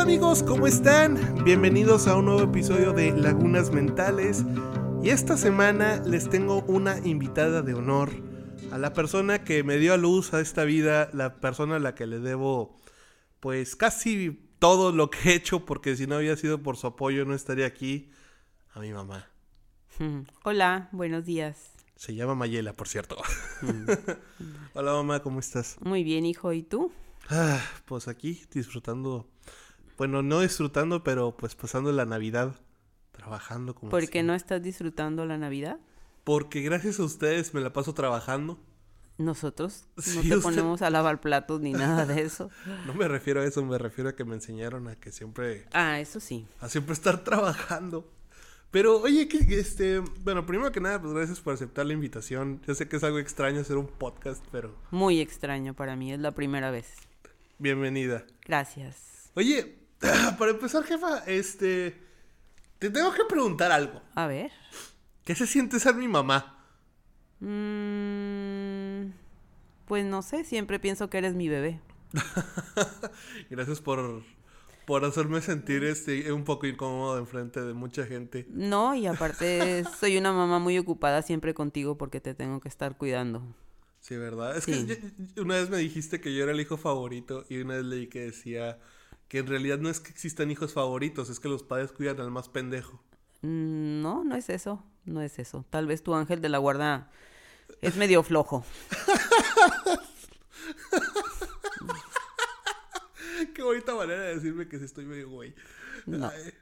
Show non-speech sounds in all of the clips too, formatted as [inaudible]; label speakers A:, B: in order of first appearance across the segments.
A: amigos? ¿Cómo están? Bienvenidos a un nuevo episodio de Lagunas Mentales. Y esta semana les tengo una invitada de honor. A la persona que me dio a luz a esta vida, la persona a la que le debo pues casi todo lo que he hecho, porque si no había sido por su apoyo no estaría aquí, a mi mamá.
B: Mm. Hola, buenos días.
A: Se llama Mayela, por cierto. [laughs] Hola mamá, ¿cómo estás?
B: Muy bien, hijo, ¿y tú?
A: Ah, pues aquí disfrutando, bueno, no disfrutando, pero pues pasando la Navidad, trabajando como...
B: ¿Por qué
A: siempre.
B: no estás disfrutando la Navidad?
A: Porque gracias a ustedes me la paso trabajando.
B: Nosotros no
A: Sí,
B: te
A: usted-
B: ponemos a lavar platos ni nada de eso.
A: No me refiero a eso, me refiero a que me enseñaron a que siempre,
B: [laughs] Ah, eso sí.
A: a siempre estar [laughs] trabajando. Pero oye, que que, este, bueno, primero que nada, pues gracias por aceptar la invitación. Yo sé que es algo extraño hacer un podcast, pero
B: Muy extraño para mí, es la primera vez.
A: bienvenida.
B: Gracias.
A: Oye, [clears throat] para empezar, jefa, este, te tengo que preguntar algo.
B: A ver.
A: ¿Qué se siente ser mi mamá?
B: Mm, pues no sé, siempre pienso que eres mi bebé.
A: Gracias por, por hacerme sentir este, un poco incómodo enfrente de mucha gente.
B: No, y [laughs] aparte soy una mamá muy ocupada siempre contigo porque te tengo que estar cuidando.
A: Sí, ¿verdad? Es
B: Sí.
A: que yo- una vez me dijiste que yo era el hijo favorito y una vez leí que decía que en realidad no es que existan hijos favoritos, es que los padres cuidan al más pendejo. [laughs]
B: Mm, No, no es eso, no es eso. Tal vez tu ángel de la guarda es medio flojo.
A: Qué bonita manera de decirme que sí estoy medio güey.
B: No.
A: Ay.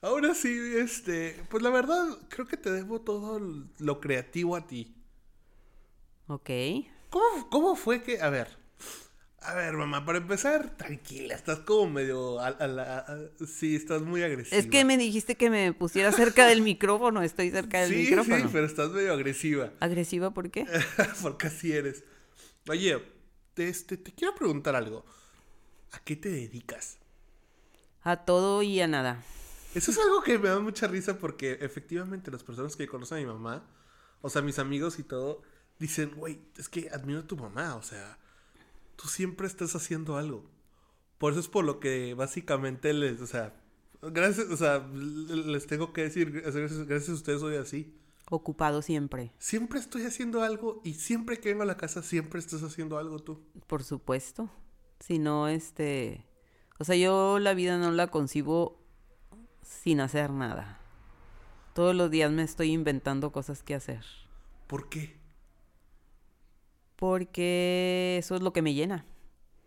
A: Ahora sí, este, pues la verdad creo que te debo todo l- lo creativo a ti.
B: Ok.
A: ¿Cómo, cómo fue que, a ver, a ver, mamá, para empezar, tranquila, estás como medio, a- a la- a- sí, estás muy agresiva.
B: Es que me dijiste que me pusiera cerca
A: [laughs]
B: del micrófono, estoy cerca del
A: Sí,
B: micrófono.
A: sí, pero estás medio agresiva. [laughs]
B: ¿Agresiva por qué?
A: Porque así eres. Oye, este, te quiero preguntar algo. ¿A qué te dedicas?
B: A todo y a nada.
A: Eso es algo que me da mucha risa porque efectivamente las personas que conocen a mi mamá, o sea, mis amigos y todo, dicen, güey, es que admiro a tu mamá, o sea, tú siempre estás haciendo algo. Por eso es por lo que básicamente les, o sea, gracias, o sea, l- les tengo que decir, gracias, gracias a ustedes soy así.
B: Ocupado siempre,
A: Siempre estoy haciendo algo y siempre que vengo a la casa siempre estás haciendo algo tú.
B: por supuesto. Si no, este... O sea, yo la vida no la concibo sin hacer nada. Todos los días me estoy inventando cosas que hacer.
A: ¿Por qué?
B: Porque eso es lo que me llena.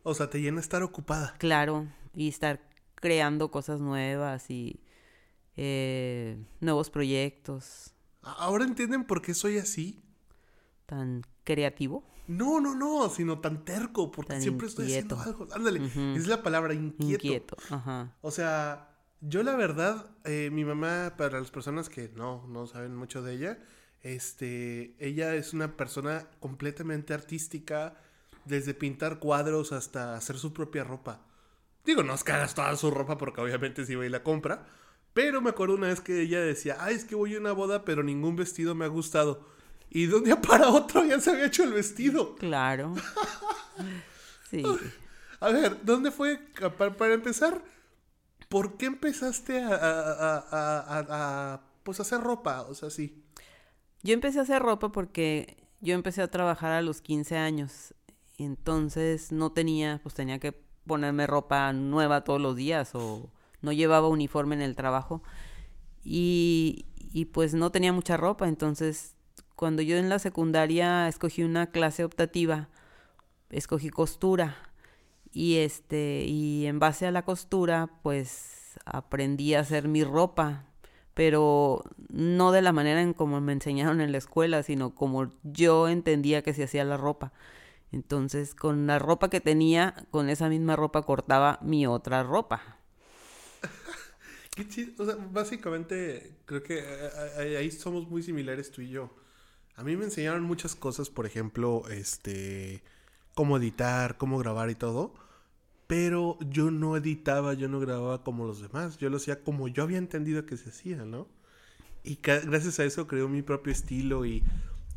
A: O sea, te llena estar ocupada.
B: Claro, y estar creando cosas nuevas y eh, nuevos proyectos
A: A- ¿Ahora entienden por qué soy así?
B: tan creativo.
A: No, no, no, sino tan terco, porque
B: Tan
A: siempre estoy
B: inquieto.
A: haciendo algo. Ándale, es la palabra inquieto.
B: Inquieto, ajá.
A: O sea, yo la verdad, eh, mi mamá, para las personas que no, no saben mucho de ella, este, ella es una persona completamente artística, desde pintar cuadros hasta hacer su propia ropa. Digo, no es que hagas toda su ropa porque obviamente sí va y la compra, pero me acuerdo una vez que ella decía, ay, es que voy a una boda, pero ningún vestido me ha gustado. Y de un día para otro ya se había hecho el vestido.
B: Claro. Sí.
A: A ver, ¿dónde fue? Pa- Para, empezar, ¿por qué empezaste a, a- a- a- a- a, pues hacer ropa? O sea, sí.
B: Yo empecé a hacer ropa porque yo empecé a trabajar a los 15 años. Entonces no tenía, pues tenía que ponerme ropa nueva todos los días o no llevaba uniforme en el trabajo. Y, y pues no tenía mucha ropa. Entonces cuando yo en la secundaria escogí una clase optativa, escogí costura. Y este, y en base a la costura, pues aprendí a hacer mi ropa, pero no de la manera en como me enseñaron en la escuela, sino como yo entendía que se hacía la ropa. Entonces, con la ropa que tenía, con esa misma ropa cortaba mi otra ropa.
A: Qué chido. O sea, básicamente, creo que eh, eh, ahí somos muy similares tú y yo. A mí me enseñaron muchas cosas, por ejemplo, este, cómo editar, cómo grabar y todo. Pero yo no editaba, yo no grababa como los demás. Yo lo hacía como yo había entendido que se hacía, ¿no? Y ca- gracias a eso creó mi propio estilo y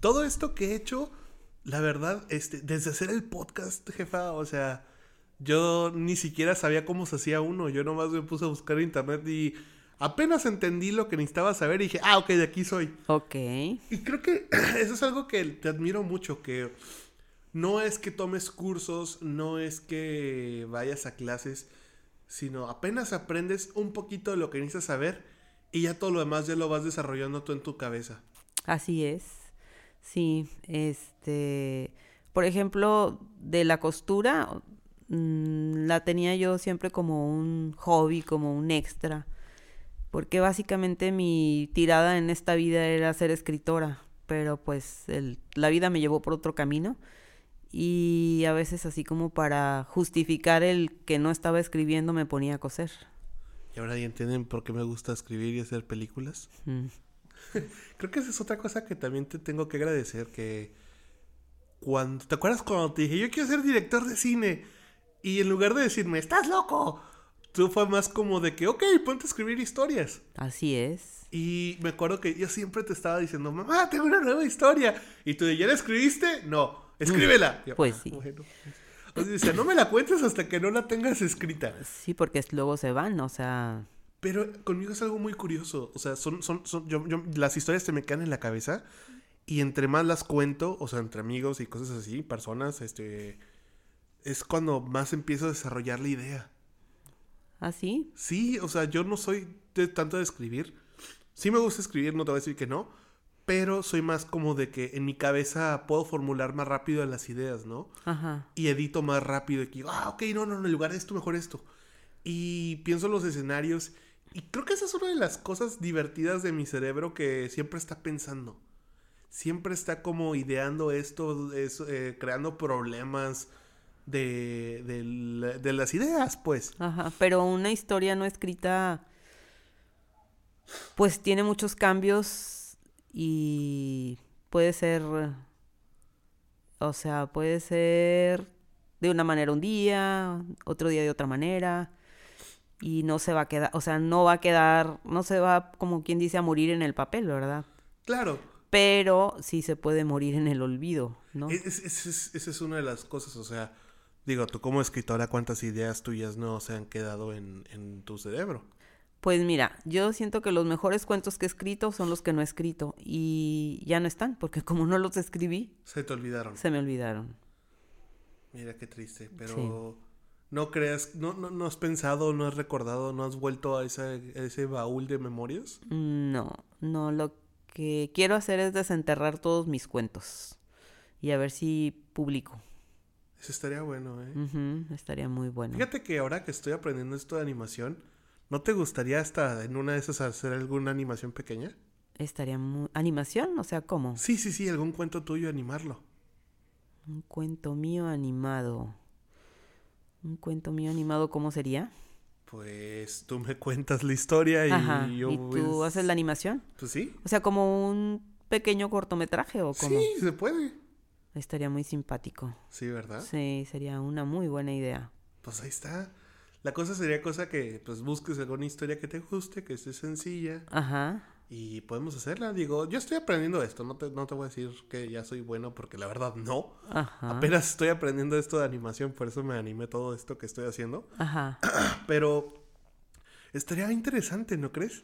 A: todo esto que he hecho, la verdad, este, desde hacer el podcast, jefa, o sea, Yo ni siquiera sabía cómo se hacía uno. Yo nomás me puse a buscar en internet y apenas entendí lo que necesitaba saber y dije, ah, ok, de aquí soy.
B: Ok.
A: Y creo que [clears throat] eso es algo que te admiro mucho, que no es que tomes cursos, no es que vayas a clases, sino apenas aprendes un poquito de lo que necesitas saber y ya todo lo demás ya lo vas desarrollando tú en tu cabeza.
B: Así es. Sí, este, por ejemplo, de la costura mm, la tenía yo siempre como un hobby, como un extra, porque básicamente mi tirada en esta vida era ser escritora, pero pues el- la vida me llevó por otro camino y a veces así como para justificar el que no estaba escribiendo me ponía a coser.
A: Y ahora ya entienden por qué me gusta escribir y hacer películas.
B: Mm.
A: Creo que esa es otra cosa que también te tengo que agradecer, que cuando, ¿te acuerdas cuando te dije, yo quiero ser director de cine? Y en lugar de decirme, estás loco, tú fue más como de que, ok, ponte a escribir historias.
B: Así es.
A: Y me acuerdo que yo siempre te estaba diciendo, mamá, tengo una nueva historia. Y tú, ¿ya la escribiste? No, escríbela. Y yo,
B: Pues
A: "Ah,
B: sí.
A: bueno". O sea, decía, no me la cuentes hasta que no la tengas escrita.
B: Sí, porque es- luego se van, o sea,
A: Pero conmigo es algo muy curioso. O sea, son, son, son- yo, yo- las historias se me quedan en la cabeza. Y entre más las cuento, o sea, entre amigos y cosas así, personas, este. Es cuando más empiezo a desarrollar la idea.
B: así.
A: Sí, o sea, yo no soy de tanto de escribir. Sí me gusta escribir, no te voy a decir que no. Pero soy más como de que en mi cabeza puedo formular más rápido las ideas, ¿no?
B: Ajá.
A: y edito más rápido. Y que, digo, ah, ok, no, no, no, en lugar de esto, mejor esto. Y pienso en los escenarios. Y creo que esa es una de las cosas divertidas de mi cerebro que siempre está pensando. Siempre está como ideando esto, es, eh, creando problemas de, de la- de las ideas, pues.
B: Ajá, pero una historia no escrita, pues tiene muchos cambios y puede ser, o sea, puede ser de una manera un día, otro día de otra manera, y no se va a quedar, o sea, no va a quedar, no se va, como quien dice, a morir en el papel, ¿verdad?
A: Claro,
B: Pero sí se puede morir en el olvido, ¿no?
A: e, es- es- es- es- esa es una de las cosas, o sea, digo, tú como escritora, ¿cuántas ideas tuyas no se han quedado en, en tu cerebro?
B: Pues mira, yo siento que los mejores cuentos que he escrito son los que no he escrito y ya no están, porque [laughs] como no los escribí,
A: Se te olvidaron.
B: se me olvidaron.
A: Mira qué triste, pero no creas, no, no, no has pensado, no has recordado, no has vuelto a ese, a ese baúl de memorias.
B: No, no, lo que quiero hacer es desenterrar todos mis cuentos y a ver si publico.
A: Eso estaría bueno, ¿eh?
B: Ujú, estaría muy bueno.
A: Fíjate que ahora que estoy aprendiendo esto de animación, ¿no te gustaría hasta en una de esas hacer alguna animación pequeña?
B: Estaría muy... ¿Animación? O sea, ¿cómo?
A: Sí, sí, sí, algún cuento tuyo animarlo.
B: Un cuento mío animado. Un cuento mío animado, ¿cómo sería?
A: Pues tú me cuentas la historia y
B: Ajá.
A: yo
B: ¿Y tú
A: pues-
B: haces la animación?
A: Pues sí.
B: O sea, como un pequeño cortometraje o como...
A: Sí, se puede.
B: Estaría muy simpático.
A: Sí, ¿verdad?
B: Sí, sería una muy buena idea.
A: Pues ahí está. La cosa sería cosa que pues busques alguna historia que te guste, que esté sencilla.
B: Ajá.
A: Y podemos hacerla, digo, yo estoy aprendiendo esto, no te, no te voy a decir que ya soy bueno porque la verdad no.
B: Ajá.
A: Apenas estoy aprendiendo esto de animación, por eso me animé todo esto que estoy haciendo.
B: Ajá.
A: Pero estaría interesante, ¿no crees?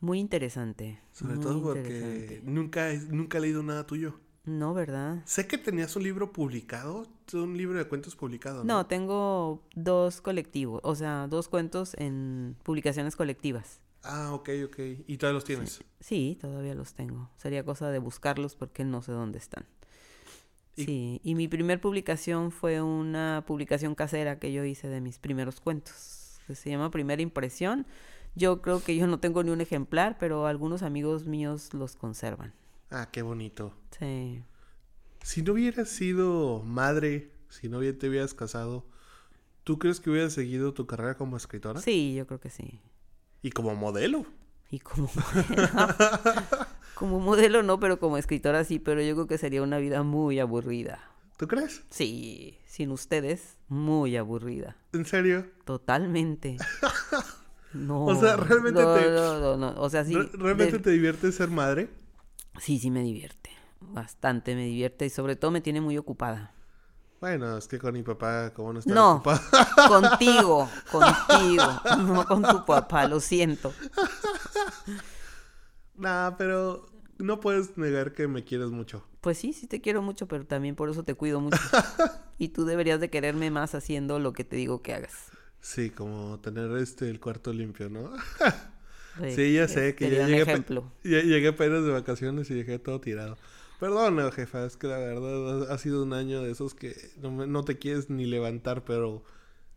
B: Muy interesante.
A: Sobre
B: muy
A: todo porque
B: interesante.
A: nunca, he- nunca he leído nada tuyo.
B: No, ¿verdad?
A: Sé que tenías un libro publicado, un libro de cuentos publicado. No,
B: No, tengo dos colectivos, o sea, dos cuentos en publicaciones colectivas.
A: Ah, ok, ok. Y todavía los tienes.
B: Sí, todavía los tengo. Sería cosa de buscarlos porque no sé dónde están.
A: Y-
B: Sí, y mi primer publicación fue una publicación casera que yo hice de mis primeros cuentos, que se llama Primera Impresión. Yo creo que yo no tengo ni un ejemplar, pero algunos amigos míos los conservan.
A: Ah, qué bonito.
B: Sí.
A: Si no hubieras sido madre, si no hubiera- te hubieras casado, ¿tú crees que hubieras seguido tu carrera como escritora?
B: Sí, yo creo que sí.
A: Y como modelo.
B: Y como modelo, como modelo no, pero como escritora sí, pero yo creo que sería una vida muy aburrida.
A: ¿Tú crees?
B: Sí, sin ustedes, muy aburrida.
A: ¿En serio? [laughs]
B: Totalmente. No.
A: O sea, realmente
B: no,
A: te-
B: no, no, no, O sea, sí.
A: ¿Re- ¿Realmente
B: de-
A: te divierte ser madre?
B: Sí, sí me divierte. Bastante me divierte y sobre todo me tiene muy ocupada.
A: Bueno, es que con mi papá, como no está
B: No,
A: ocupado.
B: [laughs]
A: [laughs]
B: contigo, contigo, no con tu papá, lo siento.
A: Nah, pero no puedes negar que me quieres mucho.
B: Pues sí, sí te quiero mucho, pero también por eso te
A: [laughs]
B: cuido mucho. Y tú deberías de quererme más haciendo lo que te digo que hagas.
A: Sí, como tener este el cuarto limpio, ¿no?
B: Eh,
A: Sí, ya
B: eh,
A: sé que
B: sería
A: ya
B: un
A: llegué,
B: ejemplo.
A: pe- ya llegué apenas de vacaciones y dejé todo tirado. Perdona, jefa, es que la verdad ha ha sido un año de esos que no, me- no te quieres ni levantar, pero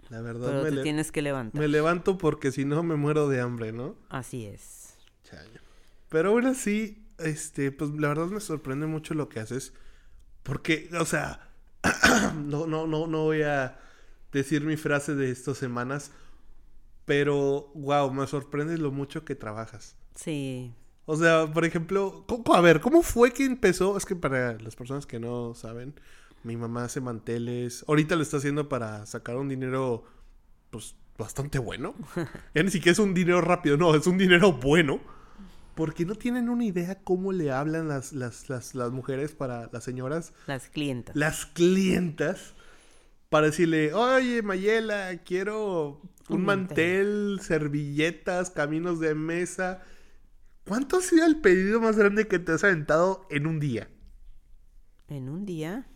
A: la verdad
B: Pero
A: me,
B: te
A: le-
B: tienes que levantar.
A: me levanto porque si no me muero de hambre, ¿no?
B: Así es.
A: Chale. Pero aún así, este, pues la verdad me sorprende mucho lo que haces. Porque, o sea, [clears throat] no, no, no, no voy a decir mi frase de estas semanas. Pero, wow, me sorprende lo mucho que trabajas.
B: Sí.
A: O sea, por ejemplo, ¿cómo- a ver, ¿cómo fue que empezó? Es que para las personas que no saben, mi mamá hace manteles. Ahorita lo está haciendo para sacar un dinero, pues, bastante bueno. Ya ni siquiera es un dinero rápido, no, es un dinero bueno. Porque no tienen una idea cómo le hablan las, las, las, las mujeres para las señoras,
B: Las clientas.
A: las clientas, para decirle, oye, Mayela, quiero un
B: Un
A: mantel, servilletas, caminos de mesa. ¿Cuánto ha sido el pedido más grande que te has aventado en un día?
B: ¿En un día?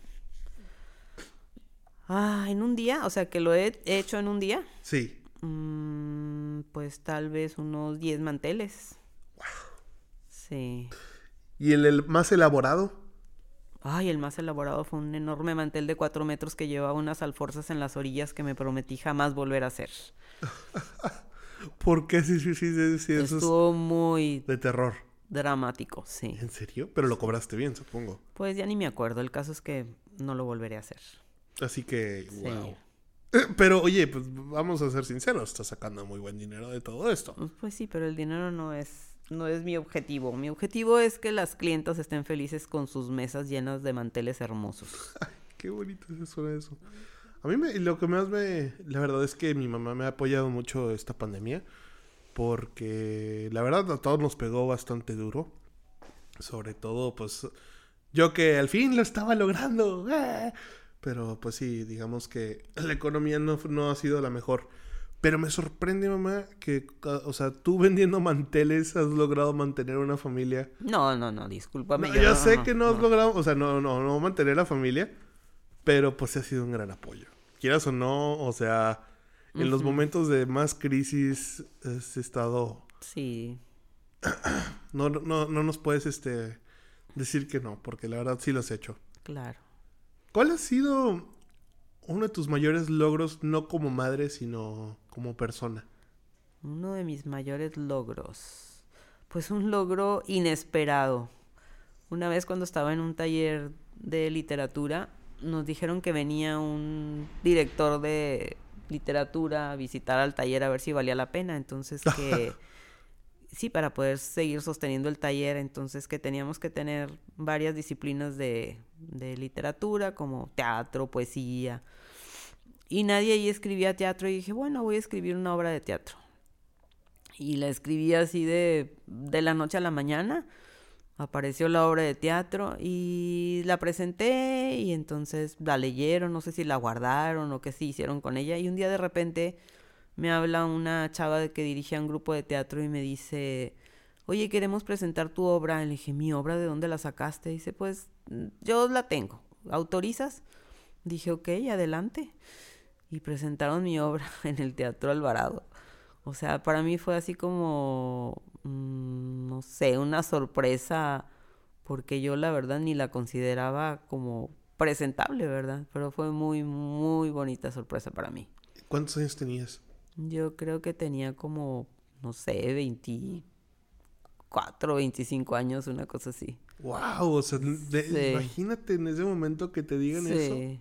B: Ah, ¿en un día? O sea, que lo he hecho en un día.
A: Sí.
B: Mm, pues tal vez unos 10 manteles. Sí.
A: ¿Y el, el más elaborado?
B: Ay, el más elaborado fue un enorme mantel de 4 metros que llevaba unas alforzas en las orillas que me prometí jamás volver a hacer.
A: Porque sí, sí, sí, sí, sí, eso es
B: Estuvo muy
A: de terror.
B: dramático, sí.
A: ¿En serio? Pero lo cobraste bien, supongo.
B: Pues ya ni me acuerdo, el caso es que no lo volveré a hacer.
A: Así que,
B: Sí.
A: wow. Eh, Pero oye, pues vamos a ser sinceros, estás sacando muy buen dinero de todo esto.
B: Pues sí, pero el dinero no es, no es mi objetivo. Mi objetivo es que las clientas estén felices con sus mesas llenas de manteles hermosos.
A: Qué bonito se suena eso. A mí me- lo que más me... La verdad es que mi mamá me ha apoyado mucho esta pandemia. Porque la verdad a todos nos pegó bastante duro. Sobre todo, pues yo que al fin lo estaba logrando. ¡ah! Pero pues sí, digamos que la economía no, fu- no ha sido la mejor. Pero me sorprende, mamá, que, ca- o sea, tú vendiendo manteles has logrado mantener una familia.
B: No, no, no, discúlpame.
A: No,
B: yo
A: yo sé que no has logrado, o sea, no, no, no mantener la familia, pero pues sí ha sido un gran apoyo. Quieras o no, o sea, en los momentos de más crisis has estado,
B: Sí,
A: no, no, no no nos puedes, este, decir que no, porque la verdad sí lo has hecho.
B: claro.
A: ¿Cuál ha sido uno de tus mayores logros, no como madre, sino como persona?
B: Uno de mis mayores logros. Pues un logro inesperado. Una vez cuando estaba en un taller de literatura, nos dijeron que venía un director de literatura a visitar al taller a ver si valía la pena. Entonces que... sí, para poder seguir sosteniendo el taller, entonces que teníamos que tener varias disciplinas de, de literatura, como teatro, poesía. Y nadie ahí escribía teatro y dije, bueno, voy a escribir una obra de teatro. Y la escribí así de, de la noche a la mañana. Apareció la obra de teatro y la presenté y entonces la leyeron, no sé si la guardaron o qué sí hicieron con ella. Y un día de repente me habla una chava de que dirigía un grupo de teatro y me dice, oye, queremos presentar tu obra. Y le dije, ¿mi obra de dónde la sacaste? dice, pues mm, yo la tengo, ¿autorizas? Dije, ok, adelante. Y presentaron mi obra [laughs] en el Teatro Alvarado. O sea, para mí fue así como, mm, no sé, una sorpresa, porque yo la verdad ni la consideraba como presentable, ¿verdad? Pero fue muy, muy bonita sorpresa para mí.
A: ¿Cuántos años tenías?
B: Yo creo que tenía como, no sé, 24, 25 años, una cosa así.
A: Wow, o sea, de-
B: Sí.
A: imagínate en ese momento que te digan eso.
B: Sí.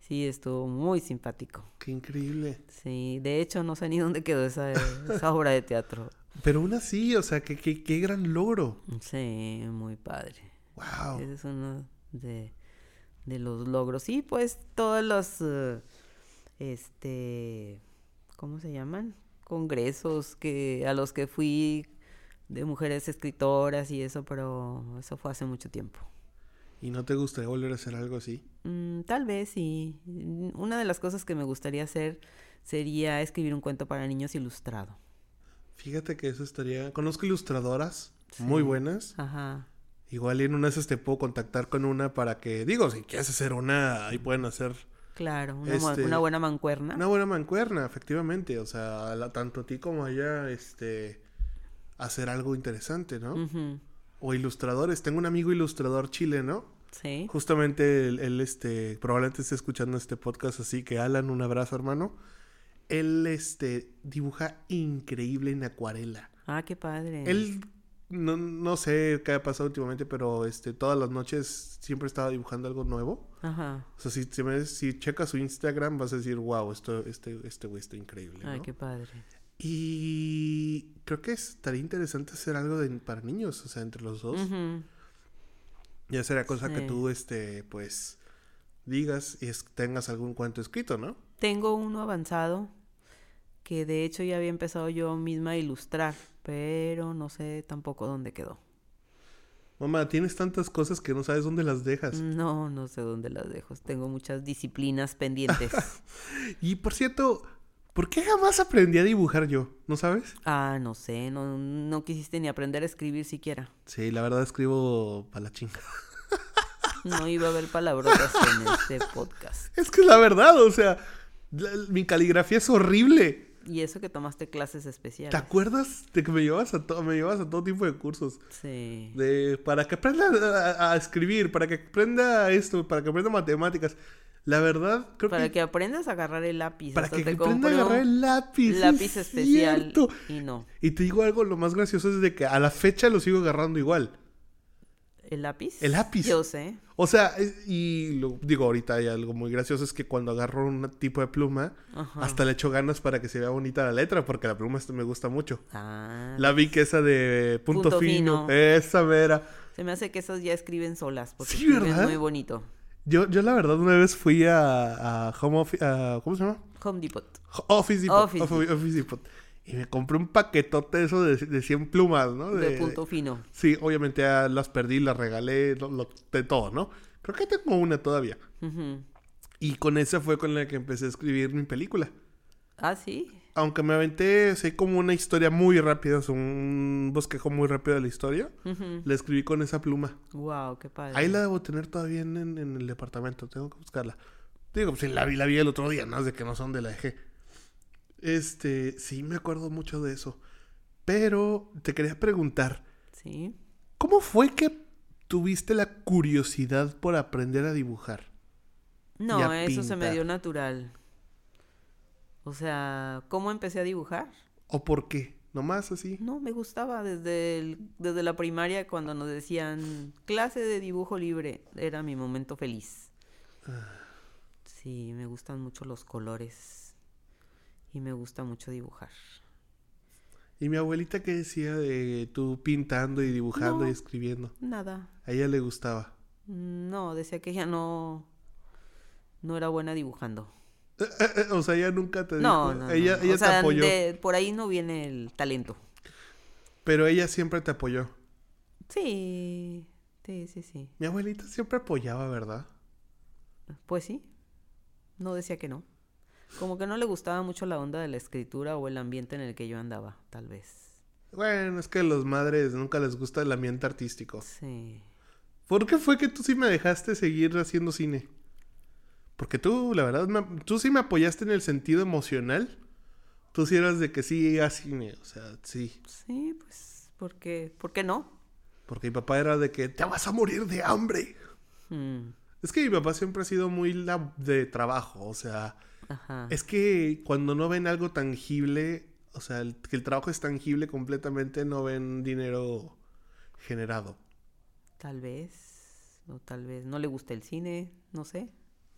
B: Sí, estuvo muy simpático.
A: Qué increíble.
B: Sí, de hecho no sé ni dónde quedó esa, esa obra de teatro.
A: Pero aún así, o sea, qué, qué, qué gran logro.
B: Sí, muy padre.
A: Wow.
B: Ese es uno de, de los logros. Y pues todos los, eh, este, ¿cómo se llaman? Congresos que a los que fui de mujeres escritoras y eso, pero eso fue hace mucho tiempo.
A: ¿Y no te gustaría volver a hacer algo así?
B: Mm, tal vez, sí. Mm, Una de las cosas que me gustaría hacer sería escribir un cuento para niños ilustrado.
A: Fíjate que eso estaría... Conozco ilustradoras muy buenas.
B: Ajá.
A: Igual y en una de esas te puedo contactar con una para que... Digo, si quieres hacer una, ahí pueden hacer
B: Claro, una, mu-
A: Este,
B: una buena mancuerna.
A: una buena mancuerna, efectivamente. O sea, la- tanto a ti como a ella, este... Hacer algo interesante, ¿no?
B: Ujú,
A: O ilustradores. Tengo un amigo ilustrador chileno.
B: Sí.
A: Justamente él, él, este, probablemente esté escuchando este podcast, así que Alan, un abrazo, hermano. Él, este, dibuja increíble en acuarela.
B: Ah, qué padre.
A: Él, no, no sé qué ha pasado últimamente, pero, este, todas las noches siempre estaba dibujando algo nuevo.
B: Ajá.
A: O sea, si, si, me- si checas su Instagram vas a decir, wow, esto, este, este güey está increíble,
B: Ay,
A: ¿no?
B: qué padre.
A: Y creo que estaría interesante hacer algo de- para niños, o sea, entre los dos.
B: Ujú,
A: Ya será cosa que
B: Sí.
A: tú, este, pues, digas y es- tengas algún cuento escrito, ¿no?
B: Tengo uno avanzado que de hecho ya había empezado yo misma a ilustrar, pero no sé tampoco dónde quedó.
A: Mamá, tienes tantas cosas que no sabes dónde las dejas.
B: No, no sé dónde las dejo. Tengo muchas disciplinas
A: [laughs]
B: pendientes.
A: Y por cierto, ¿por qué jamás aprendí a dibujar yo? ¿No sabes?
B: ah, no sé, no, no quisiste ni aprender a escribir siquiera.
A: Sí, la verdad escribo para la chinga.
B: No iba a haber palabrotas en este podcast.
A: [laughs] Es que es la verdad, o sea, la- mi caligrafía es horrible.
B: Y eso que tomaste clases
A: ¿Te
B: especiales.
A: acuerdas de que me llevabas a todo, me llevabas a todo tipo de cursos?
B: Sí.
A: De, para que aprenda a, a- a escribir, para que aprenda esto, para que aprenda matemáticas. La verdad, creo
B: Para
A: que
B: que aprendas a agarrar el lápiz.
A: Para
B: hasta
A: que
B: te
A: aprenda a
B: compró
A: agarrar el lápiz.
B: un
A: es
B: lápiz especial.
A: cierto.
B: Y no.
A: Y te digo algo, lo más gracioso es de que a la fecha lo sigo agarrando igual.
B: ¿El lápiz?
A: El lápiz.
B: Yo sé.
A: O sea, es- y lo digo ahorita hay algo muy gracioso es que cuando agarro un tipo de pluma,
B: Ajá.
A: hasta le echo ganas para que se vea bonita la letra, porque la pluma esta me gusta mucho.
B: Ah,
A: La vi que esa de punto,
B: Punto
A: fino,
B: fino.
A: esa vera.
B: Se me hace que esas ya escriben solas. Porque
A: Sí,
B: escriben
A: ¿verdad?
B: muy bonito.
A: Yo, yo la verdad una vez fui a, a home office, ¿cómo se llama?
B: Home Depot.
A: Ho- Office Depot.
B: Office
A: Office, Office Depot. Y me compré un paquetote eso de, de 100 plumas, ¿no?
B: De punto fino.
A: Sí, obviamente ya las perdí, las regalé, lo- lo- de todo, ¿no? Creo que tengo una todavía.
B: Ujú.
A: Y con esa fue con la que empecé a escribir mi película.
B: Ah, sí.
A: Aunque me aventé, sé como una historia muy rápida, o sea, un bosquejo muy rápido de la historia, la escribí con esa pluma.
B: Wow, qué padre.
A: Ahí la debo tener todavía en, en- en el departamento, tengo que buscarla. Digo, pues sí, la vi, la vi el otro día, no es de que no son de la dejé. Este, sí, me acuerdo mucho de eso. Pero te quería preguntar,
B: Sí.
A: ¿Cómo fue que tuviste la curiosidad por aprender a dibujar?
B: No,
A: a
B: eso se me
A: pintar.
B: dio natural. O sea, ¿cómo empecé a dibujar?
A: ¿O por qué? ¿Nomás así?
B: No, me gustaba desde, el- desde la primaria cuando nos decían clase de dibujo libre. Era mi momento feliz. Sí, me gustan mucho los colores y me gusta mucho dibujar.
A: ¿Y mi abuelita qué decía de tú pintando y dibujando
B: No.
A: y escribiendo?
B: Nada.
A: A ella le gustaba.
B: No, decía que ella no, no era buena dibujando.
A: Eh, eh, eh, o sea, ella nunca te
B: No,
A: dijo.
B: no, no,
A: ella
B: no.
A: ella
B: O sea,
A: te apoyó.
B: de- por ahí no viene el talento.
A: Pero ella siempre te apoyó.
B: Sí, sí, sí, sí.
A: Mi abuelita siempre apoyaba, ¿verdad?
B: Pues sí, no decía que no. Como que no le gustaba mucho la onda de la escritura o el ambiente en el que yo andaba, tal vez.
A: Bueno, es que a los madres nunca les gusta el ambiente artístico.
B: Sí.
A: ¿Por qué fue que tú sí me dejaste seguir haciendo cine? Porque tú, la verdad, me- tú sí me apoyaste en el sentido emocional. Tú sí eras de que sí a cine, o sea, sí.
B: Sí, pues, ¿por qué, ¿Por qué no?
A: Porque mi papá era de que te vas a morir de hambre.
B: Mm,
A: Es que mi papá siempre ha sido muy lab- de trabajo, o sea,
B: ajá.
A: es que cuando no ven algo tangible, o sea, el- que el trabajo es tangible completamente, no ven dinero generado.
B: Tal vez, o tal vez. No le gusta el cine, no sé.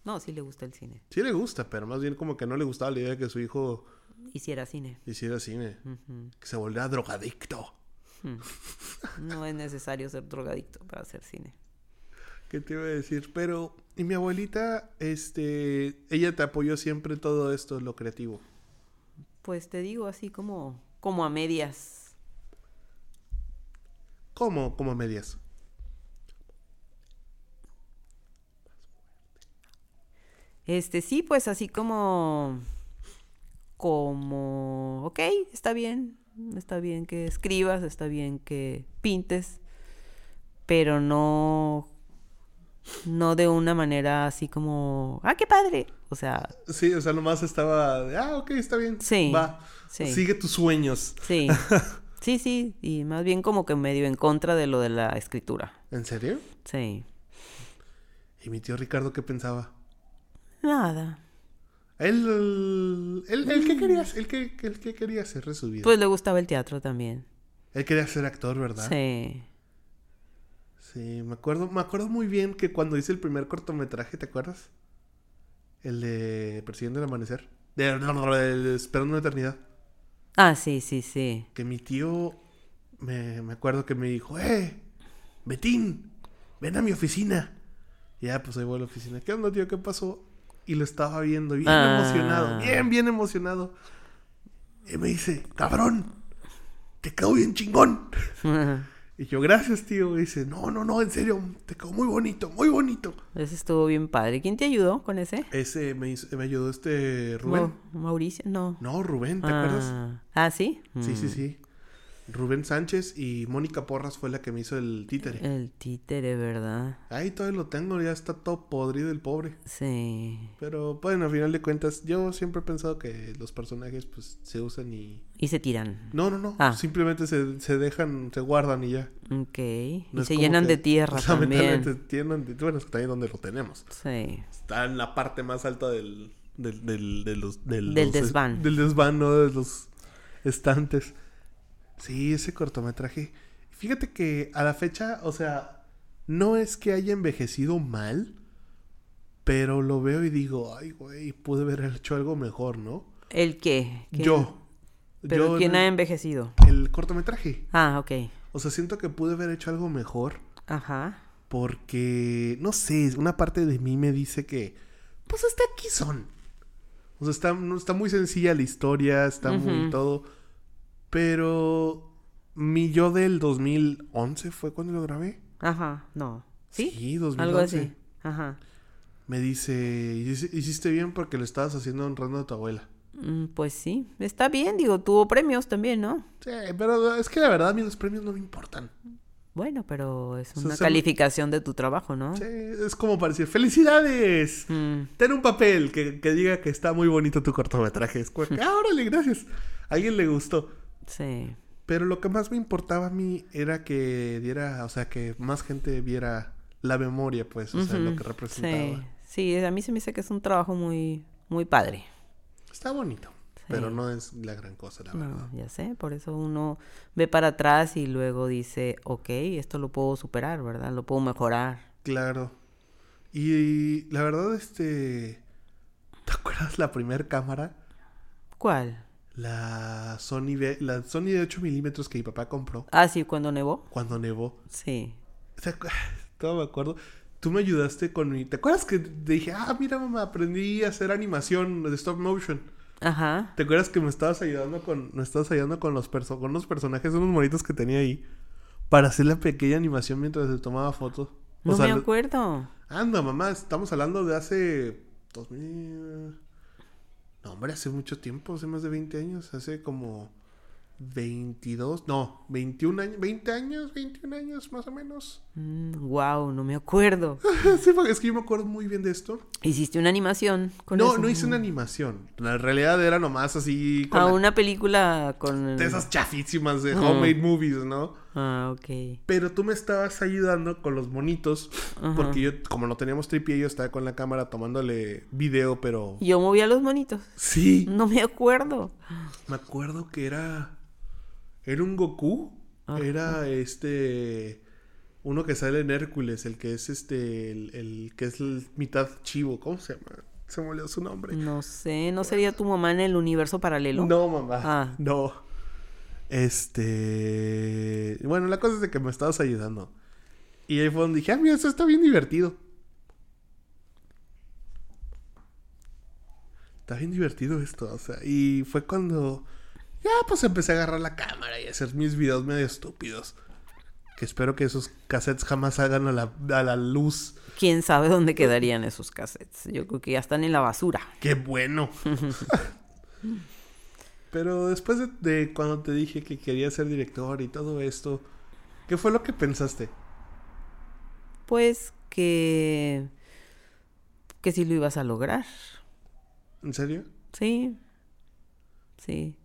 B: No, sí le gusta el cine.
A: Sí le gusta, pero más bien como que no le gustaba la idea de que su hijo
B: Hiciera cine.
A: hiciera cine.
B: Ujú.
A: que se volviera drogadicto.
B: Mm. No es necesario ser drogadicto para hacer cine.
A: ¿Qué te iba a decir? Pero, y mi abuelita, este, ella te apoyó siempre en todo esto, lo creativo.
B: Pues te digo así como, como a medias.
A: ¿Cómo? Como medias.
B: Este, sí, pues así como, como, ok, está bien, está bien que escribas, está bien que pintes, pero no, no de una manera así como, ah, qué padre, o sea,
A: Sí, o sea, nomás estaba, de, ah, ok, está bien.
B: Sí,
A: Va.
B: sí.
A: Sigue tus sueños.
B: sí, sí, sí, y más bien como que medio en contra de lo de la escritura,
A: ¿En serio?
B: sí,
A: ¿Y mi tío Ricardo qué pensaba?
B: nada,
A: Él, él, él, ¿qué querías? Él, ¿qué, qué- qué quería hacer de su vida?
B: pues le gustaba el teatro también,
A: él quería ser actor, ¿verdad?
B: sí,
A: Sí, me acuerdo, me acuerdo muy bien que cuando hice el primer cortometraje, ¿te acuerdas? El de Persiguiendo el Amanecer. De, no, no, el Esperando una Eternidad.
B: ah, sí, sí, sí, [laughs]
A: Que mi tío, me, me acuerdo que me dijo, ¡Eh! Betín, ven a mi oficina. Y ya, pues ahí voy a la oficina. ¿Qué onda, tío? ¿Qué pasó? Y lo estaba viendo bien
B: Ah.
A: emocionado, bien, bien emocionado. Y me dice, cabrón, te quedó bien chingón. Y yo, gracias, tío. Y dice, no, no, no, en serio, te quedó muy bonito, muy bonito.
B: ese estuvo bien padre, ¿quién te ayudó con ese?
A: Ese me, hizo- me ayudó este Rubén.
B: Mau- Mauricio, no.
A: No, Rubén, ¿te
B: ah.
A: acuerdas?
B: Ah, sí.
A: Sí, sí,
B: Mm.
A: sí. Rubén Sánchez y Mónica Porras fue la que me hizo el títere.
B: El títere, ¿verdad?
A: Ahí todavía lo tengo, ya está todo podrido el pobre.
B: Sí.
A: Pero bueno, al final de cuentas, yo siempre he pensado que los personajes pues se usan y...
B: Y se tiran.
A: No, no, no.
B: Ah.
A: Simplemente se, se dejan, se guardan y ya.
B: Ok.
A: No
B: y
A: es
B: se
A: como
B: llenan
A: que- [laughs]
B: de tierra
A: Lamentablemente
B: también.
A: tienen de- Bueno, es que también donde lo tenemos.
B: Sí.
A: Está en la parte más alta del... Del, del, de los, de
B: Del
A: los-
B: desván.
A: Del desván, ¿no? De los estantes. Sí, ese cortometraje. Fíjate que a la fecha, o sea, no es que haya envejecido mal, pero lo veo y digo, ay, güey, pude haber hecho algo mejor, ¿no?
B: ¿El qué? ¿Quién-
A: Yo.
B: ¿Pero
A: yo
B: quién
A: en
B: ha
A: el,
B: envejecido?
A: el cortometraje.
B: Ah, ok.
A: O sea, siento que pude haber hecho algo mejor
B: Ajá.
A: porque, no sé, una parte de mí me dice que, pues hasta aquí son. O sea, está, no- está muy sencilla la historia, está muy
B: Ujú.
A: todo. Pero mi yo del 2011 fue cuando lo grabé.
B: Ajá. No. ¿Sí?
A: Sí, 2011.
B: Algo así. Ajá.
A: Me dice, "Hici- hiciste bien porque lo estabas haciendo honrando a tu abuela.
B: Mm, Pues sí. Está bien, digo, tuvo premios también, ¿no?
A: Sí, pero es que la verdad a mí los premios no me importan.
B: Bueno, pero es
A: sea,
B: una
A: se-
B: calificación de tu trabajo, ¿no?
A: Sí, es como para decir, ¡felicidades!
B: Mm,
A: Ten un papel que, que diga que está muy bonito tu cortometraje. Es como
B: [laughs]
A: que, ah, órale, gracias. A alguien le gustó.
B: sí.
A: Pero lo que más me importaba a mí era que diera, o sea, que más gente viera la memoria, pues, o sea, lo
B: Ujú,
A: que representaba.
B: Sí. sí, a mí se me dice que es un trabajo muy, muy padre.
A: Está bonito,
B: Sí.
A: pero no es la gran cosa, la verdad.
B: No, ya sé, por eso uno ve para atrás y luego dice, ok, esto lo puedo superar, ¿verdad? Lo puedo mejorar.
A: Claro. Y la verdad, este. ¿Te acuerdas la primera cámara?
B: ¿Cuál?
A: La Sony, V- la Sony de 8 milímetros que mi papá compró
B: Ah, sí, cuando nevó.
A: cuando nevó.
B: Sí.
A: ¿Te acu- [sighs] Todavía me acuerdo. Tú me ayudaste con mi. ¿Te acuerdas que te dije, ah, mira, mamá, aprendí a hacer animación de stop motion?
B: Ajá.
A: ¿Te acuerdas que me estabas ayudando con. Me estabas ayudando con los, perso con los personajes, unos monitos que tenía ahí. Para hacer la pequeña animación mientras se tomaba fotos. O
B: No
A: sea,
B: me
A: lo-
B: acuerdo.
A: anda, mamá, estamos hablando de hace. 2000. No, hombre, hace mucho tiempo, hace más de 20 años. Hace como. 22, no, 21 años, 20 años, 21 años más o menos.
B: wow, Mm, no me acuerdo.
A: [laughs] Sí, porque es que yo me acuerdo muy bien de esto.
B: Hiciste una animación con
A: No,
B: eso?
A: no hice una animación. La realidad era nomás así con
B: Ah,
A: la-
B: una película con...
A: de esas chafísimas de
B: Ujú.
A: homemade movies, ¿no?
B: Ah, ok.
A: Pero tú me estabas ayudando con los monitos.
B: Ajá.
A: Porque yo, como no teníamos tripié, yo estaba con la cámara tomándole video, pero.
B: Yo movía los monitos.
A: Sí.
B: No me acuerdo.
A: Me acuerdo que era. Era un Goku. Era este. Uno que sale en Hércules, el que es este. El, el que es el mitad chivo. ¿Cómo se llama? Se me olvidó su nombre.
B: No sé, ¿no sería tu mamá en el universo paralelo?
A: No, mamá.
B: Ah.
A: No. Este. Bueno, la cosa es de que me estabas ayudando. Y ahí fue donde dije, ah, mira, esto está bien divertido. Está bien divertido esto, o sea. Y fue cuando. Ya, pues empecé a agarrar la cámara y a hacer mis videos medio estúpidos. que espero que esos cassettes jamás hagan a la, a la luz.
B: ¿Quién sabe dónde quedarían esos cassettes? Yo creo que ya están en la basura.
A: ¡Qué bueno! [laughs] Pero después de, de cuando te dije que querías ser director y todo esto, ¿qué fue lo que pensaste?
B: Pues que... que sí lo ibas a lograr.
A: ¿En serio?
B: Sí. Sí.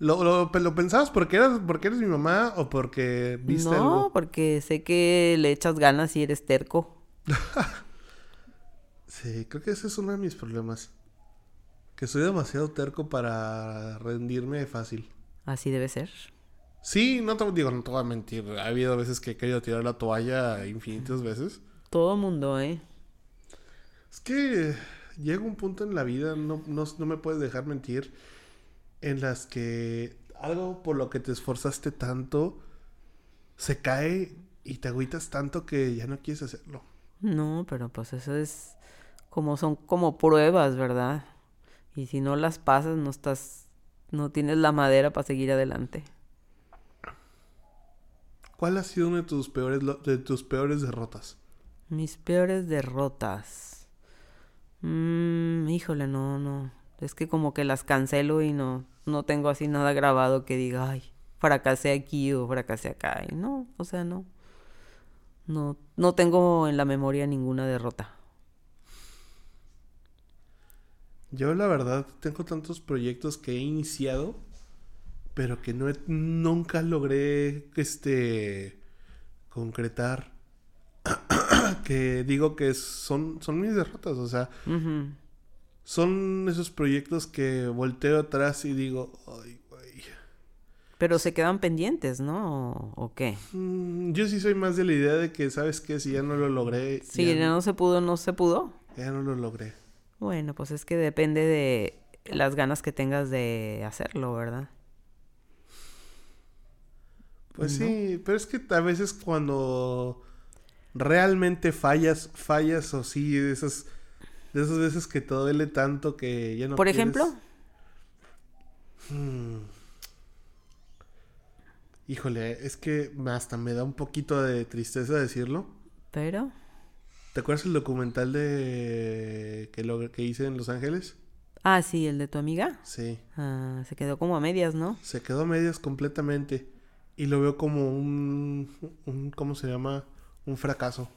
A: ¿Lo, lo, lo pensabas porque eras, porque eres mi mamá o porque viste
B: no,
A: algo?
B: porque sé que le echas ganas y eres terco.
A: Sí, creo que ese es uno de mis problemas. Que soy demasiado terco para rendirme fácil.
B: Así debe ser.
A: Sí, no te digo, no te voy a mentir. Ha habido veces que he querido tirar la toalla infinitas veces.
B: Todo mundo, ¿eh?
A: Es que llega un punto en la vida, no, no, no me puedes dejar mentir, en las que algo por lo que te esforzaste tanto se cae y te agüitas tanto que ya no quieres hacerlo.
B: No, pero pues eso es como son como pruebas, ¿verdad? Y si no las pasas, no estás, no tienes la madera para seguir adelante.
A: ¿Cuál ha sido una de tus peores, lo- de tus peores derrotas?
B: Mis peores derrotas. Mm, híjole, no, no. Es que como que las cancelo y no, no tengo así nada grabado que diga, ay, fracasé aquí o fracasé acá. Y no, o sea, no. No, no tengo en la memoria ninguna derrota.
A: Yo la verdad tengo tantos proyectos que he iniciado, pero que no he- nunca logré este concretar. [clears throat] que digo que son, son mis derrotas, o sea,
B: Ujú.
A: son esos proyectos que volteo atrás y digo, ay, güey.
B: Pero se quedan pendientes, ¿no? ¿O, o qué?
A: Mm, Yo sí soy más de la idea de que, ¿sabes qué? Si ya no lo logré,
B: Si
A: ya,
B: no se pudo, no se pudo.
A: ya no lo logré.
B: Bueno, pues es que depende de las ganas que tengas de hacerlo, ¿verdad?
A: Pues sí, pero es que a veces cuando realmente fallas, fallas o sí, de esas, de esas veces que te duele tanto que ya no
B: Por
A: quieres-
B: ejemplo,
A: Hmm. Híjole, es que hasta me da un poquito de tristeza decirlo.
B: pero
A: ¿Te acuerdas el documental de que, lo- que hice en Los Ángeles?
B: Ah, sí, el de tu amiga.
A: Sí.
B: Ah, se quedó como a medias, ¿no?
A: Se quedó a medias completamente. Y lo veo como un, un ¿cómo se llama? Un fracaso.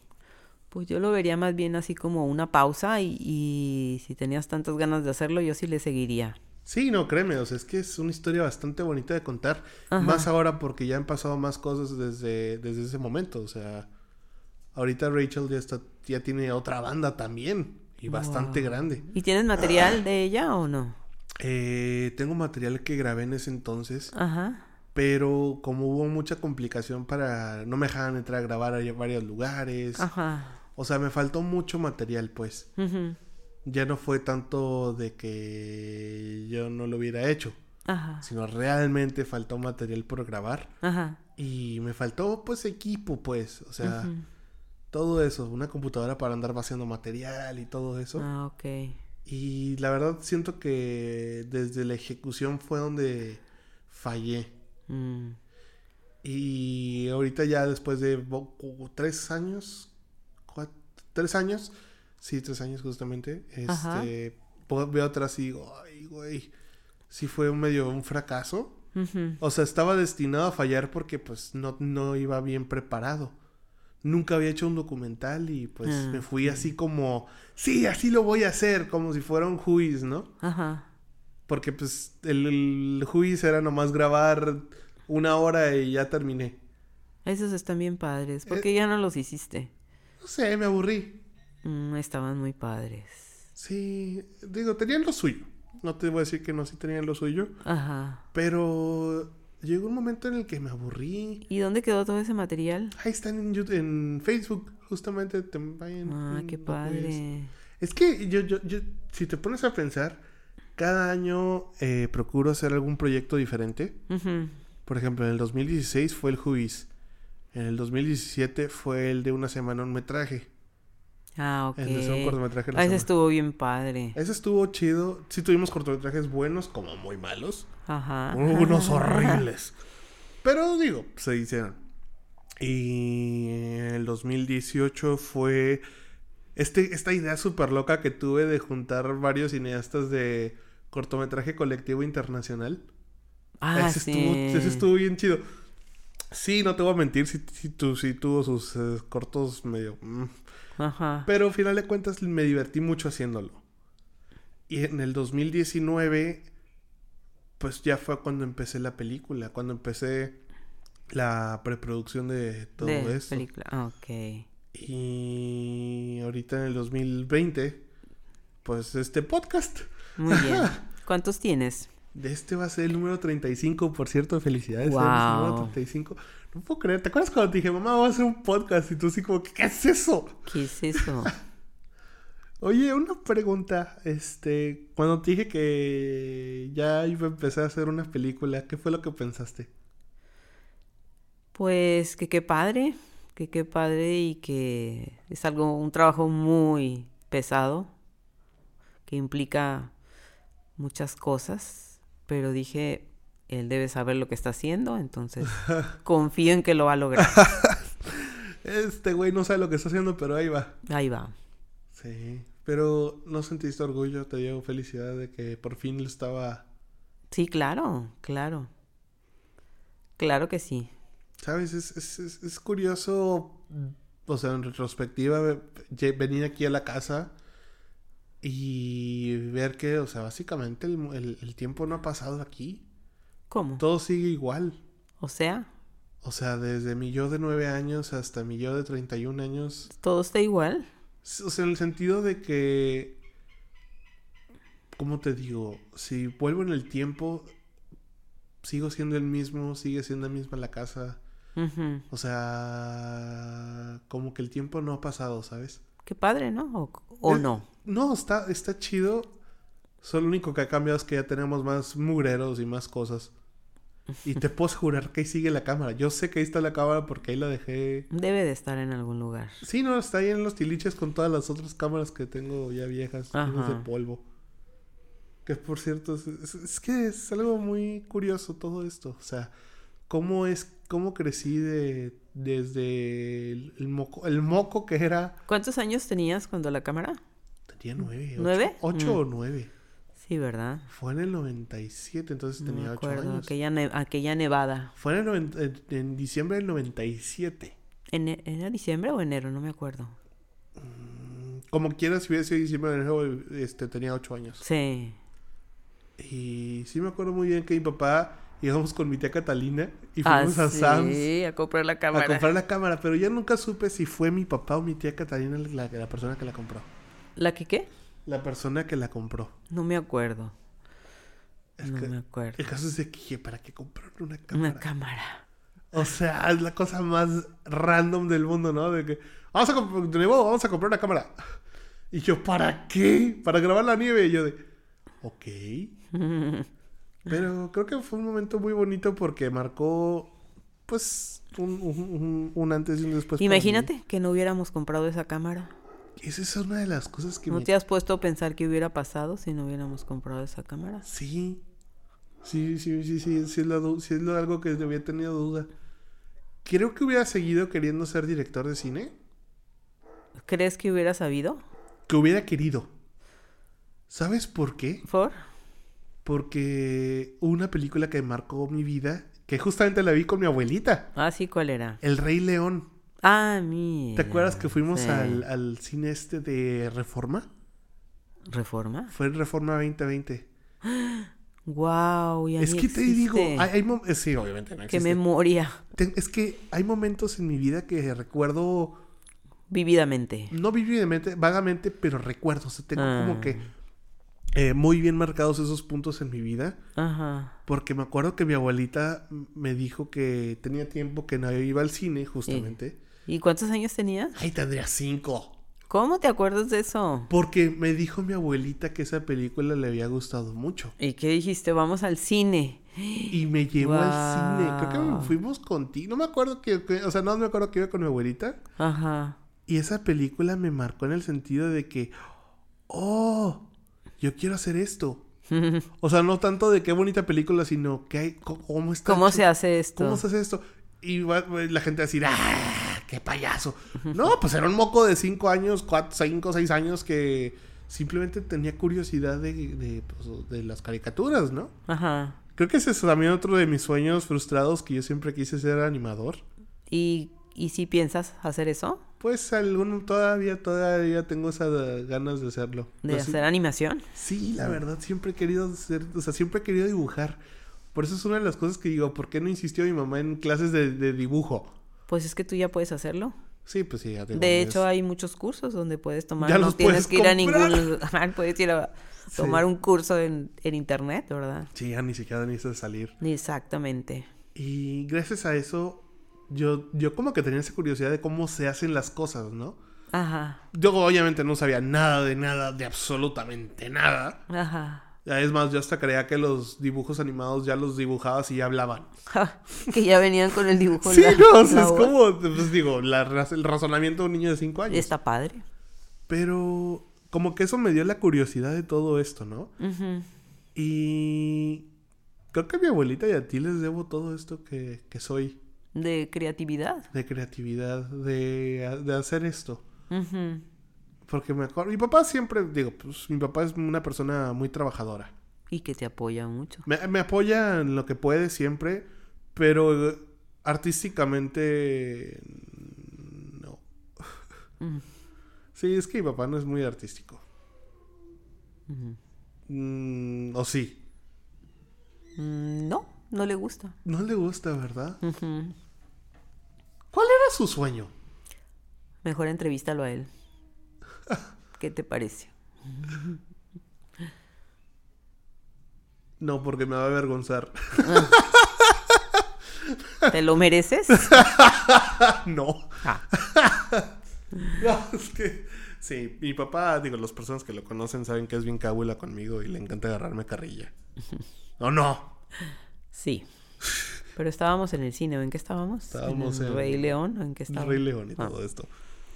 B: Pues yo lo vería más bien así como una pausa y, y si tenías tantas ganas de hacerlo, yo sí le seguiría.
A: Sí, no, créeme, o sea, es que es una historia bastante bonita de contar.
B: Ajá.
A: Más ahora porque ya han pasado más cosas desde, desde ese momento. O sea, ahorita Rachel ya, está, ya tiene otra banda también. Y bastante grande.
B: ¿Y tienes material de ella o no?
A: Eh, tengo material que grabé en ese entonces.
B: Ajá.
A: Pero como hubo mucha complicación para... No me dejaban entrar a grabar a varios lugares.
B: Ah. Ajá.
A: O sea, me faltó mucho material, pues.
B: Ujú.
A: Ya no fue tanto de que yo no lo hubiera hecho.
B: Ajá.
A: Sino realmente faltó material por grabar.
B: Ajá.
A: Y me faltó, pues, equipo, pues. O sea,
B: Mm,
A: todo eso. Una computadora para andar vaciando material y todo eso.
B: Ah, ok.
A: Y la verdad siento que desde la ejecución fue donde fallé.
B: Mm.
A: Y ahorita ya después de bo- cu- tres años, cuat- tres años, sí, tres años justamente,
B: Ajá.
A: este, po- veo atrás y digo, ay, güey, sí fue un medio un fracaso.
B: Ujú.
A: O sea, estaba destinado a fallar porque pues no, no iba bien preparado. Nunca había hecho un documental y pues
B: Ah,
A: me fui así como, sí, así lo voy a hacer, como si fuera un juiz, ¿no?
B: Ajá.
A: Porque pues el, el juiz era nomás grabar una hora y ya terminé.
B: Esos están bien padres.
A: Eh,
B: ¿Por qué ya no los hiciste?
A: No sé, me aburrí.
B: Mm, estaban muy padres.
A: Sí, digo, tenían lo suyo. No te voy a decir que no, sí tenían lo suyo.
B: Ajá.
A: Pero llegó un momento en el que me aburrí.
B: ¿Y dónde quedó todo ese material?
A: Ahí están en, Yout- en Facebook, justamente. Te vayan,
B: Ah,
A: mm,
B: qué
A: lo puedes-
B: padre.
A: Es que yo, yo, yo, si te pones a pensar, cada año eh, procuro hacer algún proyecto diferente.
B: Ujú.
A: Por ejemplo, en el 2016 fue el Juiz. En el 2017 fue el de una semana un metraje.
B: Ah, ok.
A: El de hacer un cortometraje en la Eh,
B: Ah, ese
A: semana.
B: estuvo bien padre.
A: Ese estuvo chido. Sí tuvimos cortometrajes buenos como muy malos.
B: Ajá.
A: Unos horribles. Pero digo, se hicieron. Y el 2018 fue este, esta idea súper loca que tuve de juntar varios cineastas de cortometraje colectivo internacional.
B: Ah,
A: ese,
B: sí.
A: estuvo, ese estuvo bien chido. Sí, no te voy a mentir, sí, sí tu- sí tuvo sus eh, cortos medio... mm.
B: Ajá.
A: Pero al final de cuentas me divertí mucho haciéndolo. Y en el 2019, pues ya fue cuando empecé la película, cuando empecé la preproducción de todo
B: de
A: esto.
B: película. Ah, ok.
A: Y ahorita en el 2020, pues este podcast.
B: Muy
A: [laughs]
B: bien. ¿Cuántos tienes?
A: De este va a ser el número 35, por cierto, felicidades. eres el
B: Guau.
A: número 35. No puedo creer, ¿te acuerdas cuando te dije, mamá, voy a hacer un podcast? Y tú así como, ¿qué es eso?
B: ¿Qué es eso?
A: Oye, una pregunta, este, cuando te dije que ya iba a empezar a hacer una película, ¿qué fue lo que pensaste?
B: Pues que qué padre, que qué padre y que es algo, un trabajo muy pesado, que implica muchas cosas, pero dije, él debe saber lo que está haciendo, entonces confío en que lo va a lograr.
A: Este güey no sabe lo que está haciendo, pero ahí va.
B: Ahí va.
A: Sí, pero no sentiste orgullo, te dio felicidad de que por fin lo estaba...
B: Sí, claro, claro. Claro que sí.
A: ¿Sabes? Es, es, es- es curioso, o sea, en retrospectiva, ve- ye- venir aquí a la casa y ver que, o sea, básicamente el, mu- el- el tiempo no ha pasado aquí.
B: ¿Cómo?
A: Todo sigue igual.
B: O sea,
A: O sea, desde mi yo de 9 años hasta mi yo de 31 años.
B: todo está igual.
A: S- O sea, en el sentido de que, ¿cómo te digo? Si vuelvo en el tiempo, sigo siendo el mismo, sigue siendo la misma la casa.
B: Ujú.
A: O sea, como que el tiempo no ha pasado, ¿sabes?
B: Qué padre, ¿no? O, o
A: Eh,
B: no.
A: No, está, está chido. Solo lo único que ha cambiado es que ya tenemos más mugreros y más cosas. Y te puedo jurar que ahí sigue la cámara. Yo sé que ahí está la cámara porque ahí la dejé.
B: Debe de estar en algún lugar.
A: Sí, no, está ahí en los tiliches con todas las otras cámaras que tengo ya viejas, llenas de
B: Ajá.
A: polvo. Que por cierto, es, es- es que es algo muy curioso todo esto. O sea, cómo es, cómo crecí de, desde el, el moco, el moco que era.
B: ¿Cuántos años tenías cuando la cámara?
A: Tenía nueve. ocho-
B: ¿Nueve?
A: Ocho
B: Mm.
A: o nueve.
B: Sí, ¿verdad?
A: Fue en el 97, entonces
B: No
A: tenía
B: me
A: ocho
B: acuerdo,
A: años.
B: aquella, ne- aquella nevada.
A: Fue en, el noven- en- en diciembre del 97.
B: ¿En, e-, ¿Era diciembre o enero? No me acuerdo.
A: Mm, Como quieras, si hubiera sido diciembre de enero, este, tenía ocho años.
B: Sí.
A: Y sí me acuerdo muy bien que mi papá íbamos con mi tía Catalina y
B: Ah,
A: fuimos a
B: sí,
A: Sam's
B: a comprar la
A: a
B: cámara.
A: comprar la cámara, pero yo nunca supe si fue mi papá o mi tía Catalina la, la persona que la compró.
B: ¿La que qué?
A: La persona que la compró.
B: No me acuerdo.
A: Es
B: no
A: que-
B: me acuerdo.
A: El caso es de que dije, ¿para qué compraron una cámara?
B: Una cámara.
A: o sea, es la cosa más random del mundo, ¿no? De que, vamos a, comp- de nuevo, vamos a comprar una cámara. Y yo, ¿para qué? Para grabar la nieve. Y yo de, ok. Pero creo que fue un momento muy bonito porque marcó, pues, un, un- un- un antes y un después. Pues para mí.
B: Imagínate que no hubiéramos comprado esa cámara.
A: Esa es una de las cosas que
B: ¿No
A: me...
B: te has puesto a pensar qué hubiera pasado si no hubiéramos comprado esa cámara?
A: Sí. Sí, sí, sí, sí, sí es, la du- sí es lo- algo que había tenido duda. Creo que hubiera seguido queriendo ser director de cine.
B: ¿Crees que hubiera sabido?
A: Que hubiera querido. ¿Sabes por qué?
B: ¿Por?
A: Porque una película que marcó mi vida, que justamente la vi con mi abuelita,
B: Ah, sí, ¿cuál era?
A: El Rey León.
B: Ah, mira.
A: Eh, ¿Te acuerdas que fuimos
B: Sí.
A: al, al cine este de Reforma?
B: ¿Reforma?
A: Fue en Reforma 2020.
B: Wow, ya
A: Es
B: ni
A: que te digo,
B: existe.
A: hay, hay mom- eh, sí, obviamente no
B: Qué
A: existe.
B: memoria,
A: Ten- es que hay momentos en mi vida que recuerdo,
B: vividamente.
A: no vividamente, vagamente, pero recuerdo. O sea, tengo como
B: Ah.
A: que eh, muy bien marcados esos puntos en mi vida.
B: Ajá.
A: Porque me acuerdo que mi abuelita m- me dijo que tenía tiempo que no iba al cine, justamente.
B: ¿Y cuántos años tenías?
A: Ay, tendría cinco.
B: ¿Cómo te acuerdas de eso?
A: Porque me dijo mi abuelita que esa película le había gustado mucho.
B: ¿Y qué dijiste? Vamos al cine.
A: Y me llevó al cine. Creo que
B: Guau.
A: fuimos contigo. No me acuerdo que, que- O sea, no me acuerdo que iba con mi abuelita.
B: Ajá. [laughs]
A: Y esa película me marcó en el sentido de que. ¡Oh! Yo quiero hacer esto. O sea, no tanto de qué bonita película, sino que hay. co- ¿Cómo está
B: ¿Cómo
A: hecho-
B: se hace esto?
A: ¿Cómo se hace esto? Y va- va- la gente va a decir, ¡ah! ¡Qué payaso! No, pues era un moco de 5 años, 5 o 6 años que simplemente tenía curiosidad de, de, pues, de las caricaturas, ¿no?
B: Ajá.
A: Creo que ese es también otro de mis sueños frustrados que yo siempre quise ser animador.
B: ¿Y, y si piensas hacer eso?
A: Pues algún todavía, todavía tengo esas ganas de hacerlo.
B: ¿De
A: No sé-
B: hacer Ah. animación?
A: Sí, la verdad, siempre he querido ser, o sea, siempre he querido dibujar. Por eso es una de las cosas que digo, ¿por qué no insistió mi mamá en clases de, de dibujo?
B: Pues es que tú ya puedes hacerlo.
A: Sí, pues sí, ya tengo
B: De
A: un mes.
B: hecho, hay muchos cursos donde puedes tomar.
A: Ya
B: no
A: los puedes
B: tienes que ir a
A: comprar.
B: ningún [laughs] lugar. Puedes ir a
A: Sí.
B: tomar un curso en, en internet, ¿verdad?
A: Sí, ya ni siquiera necesitas salir.
B: Exactamente.
A: Y gracias a eso, yo, yo como que tenía esa curiosidad de cómo se hacen las cosas, ¿no?
B: Ajá.
A: Yo obviamente no sabía nada de nada, de absolutamente nada.
B: Ajá. [laughs]
A: Ya, Es más, yo hasta creía que los dibujos animados ya los dibujabas y ya hablaban.
B: Ja, que ya venían con el dibujo. en
A: sí,
B: [laughs] la-
A: no, o sea,
B: la
A: es
B: hoja.
A: como, pues digo, la raz- el razonamiento de un niño de 5 años.
B: Está padre.
A: Pero como que eso me dio la curiosidad de todo esto, ¿no?
B: Ujú.
A: Y creo que a mi abuelita y a ti les debo todo esto que, que soy,
B: De creatividad.
A: de creatividad, de, de hacer esto.
B: Ujú.
A: Porque me acuerdo, mi papá siempre, digo, pues mi papá es una persona muy trabajadora.
B: Y que te apoya mucho.
A: Me, me apoya en lo que puede siempre, pero eh, artísticamente no.
B: Mm.
A: Sí, es que mi papá no es muy artístico.
B: Ujú.
A: Mm, o sí.
B: Mm, No, no le gusta.
A: No le gusta, ¿verdad?
B: Ujú.
A: ¿Cuál era su sueño?
B: Mejor entrevístalo
A: [laughs]
B: a él. ¿Qué te parece?
A: No, porque me va a avergonzar.
B: ¿Te
A: [laughs]
B: lo mereces?
A: no.
B: Ah.
A: [laughs] No, es que. Sí, mi papá, digo, las personas que lo conocen saben que es bien cabuela conmigo y le encanta agarrarme
B: [laughs]
A: carrilla. ¿O no?
B: Sí. Pero estábamos en el cine, ¿o ¿en qué estábamos?
A: Estábamos
B: el
A: en
B: Rey León, ¿o ¿en qué estábamos?
A: Rey León y
B: Ah.
A: todo esto.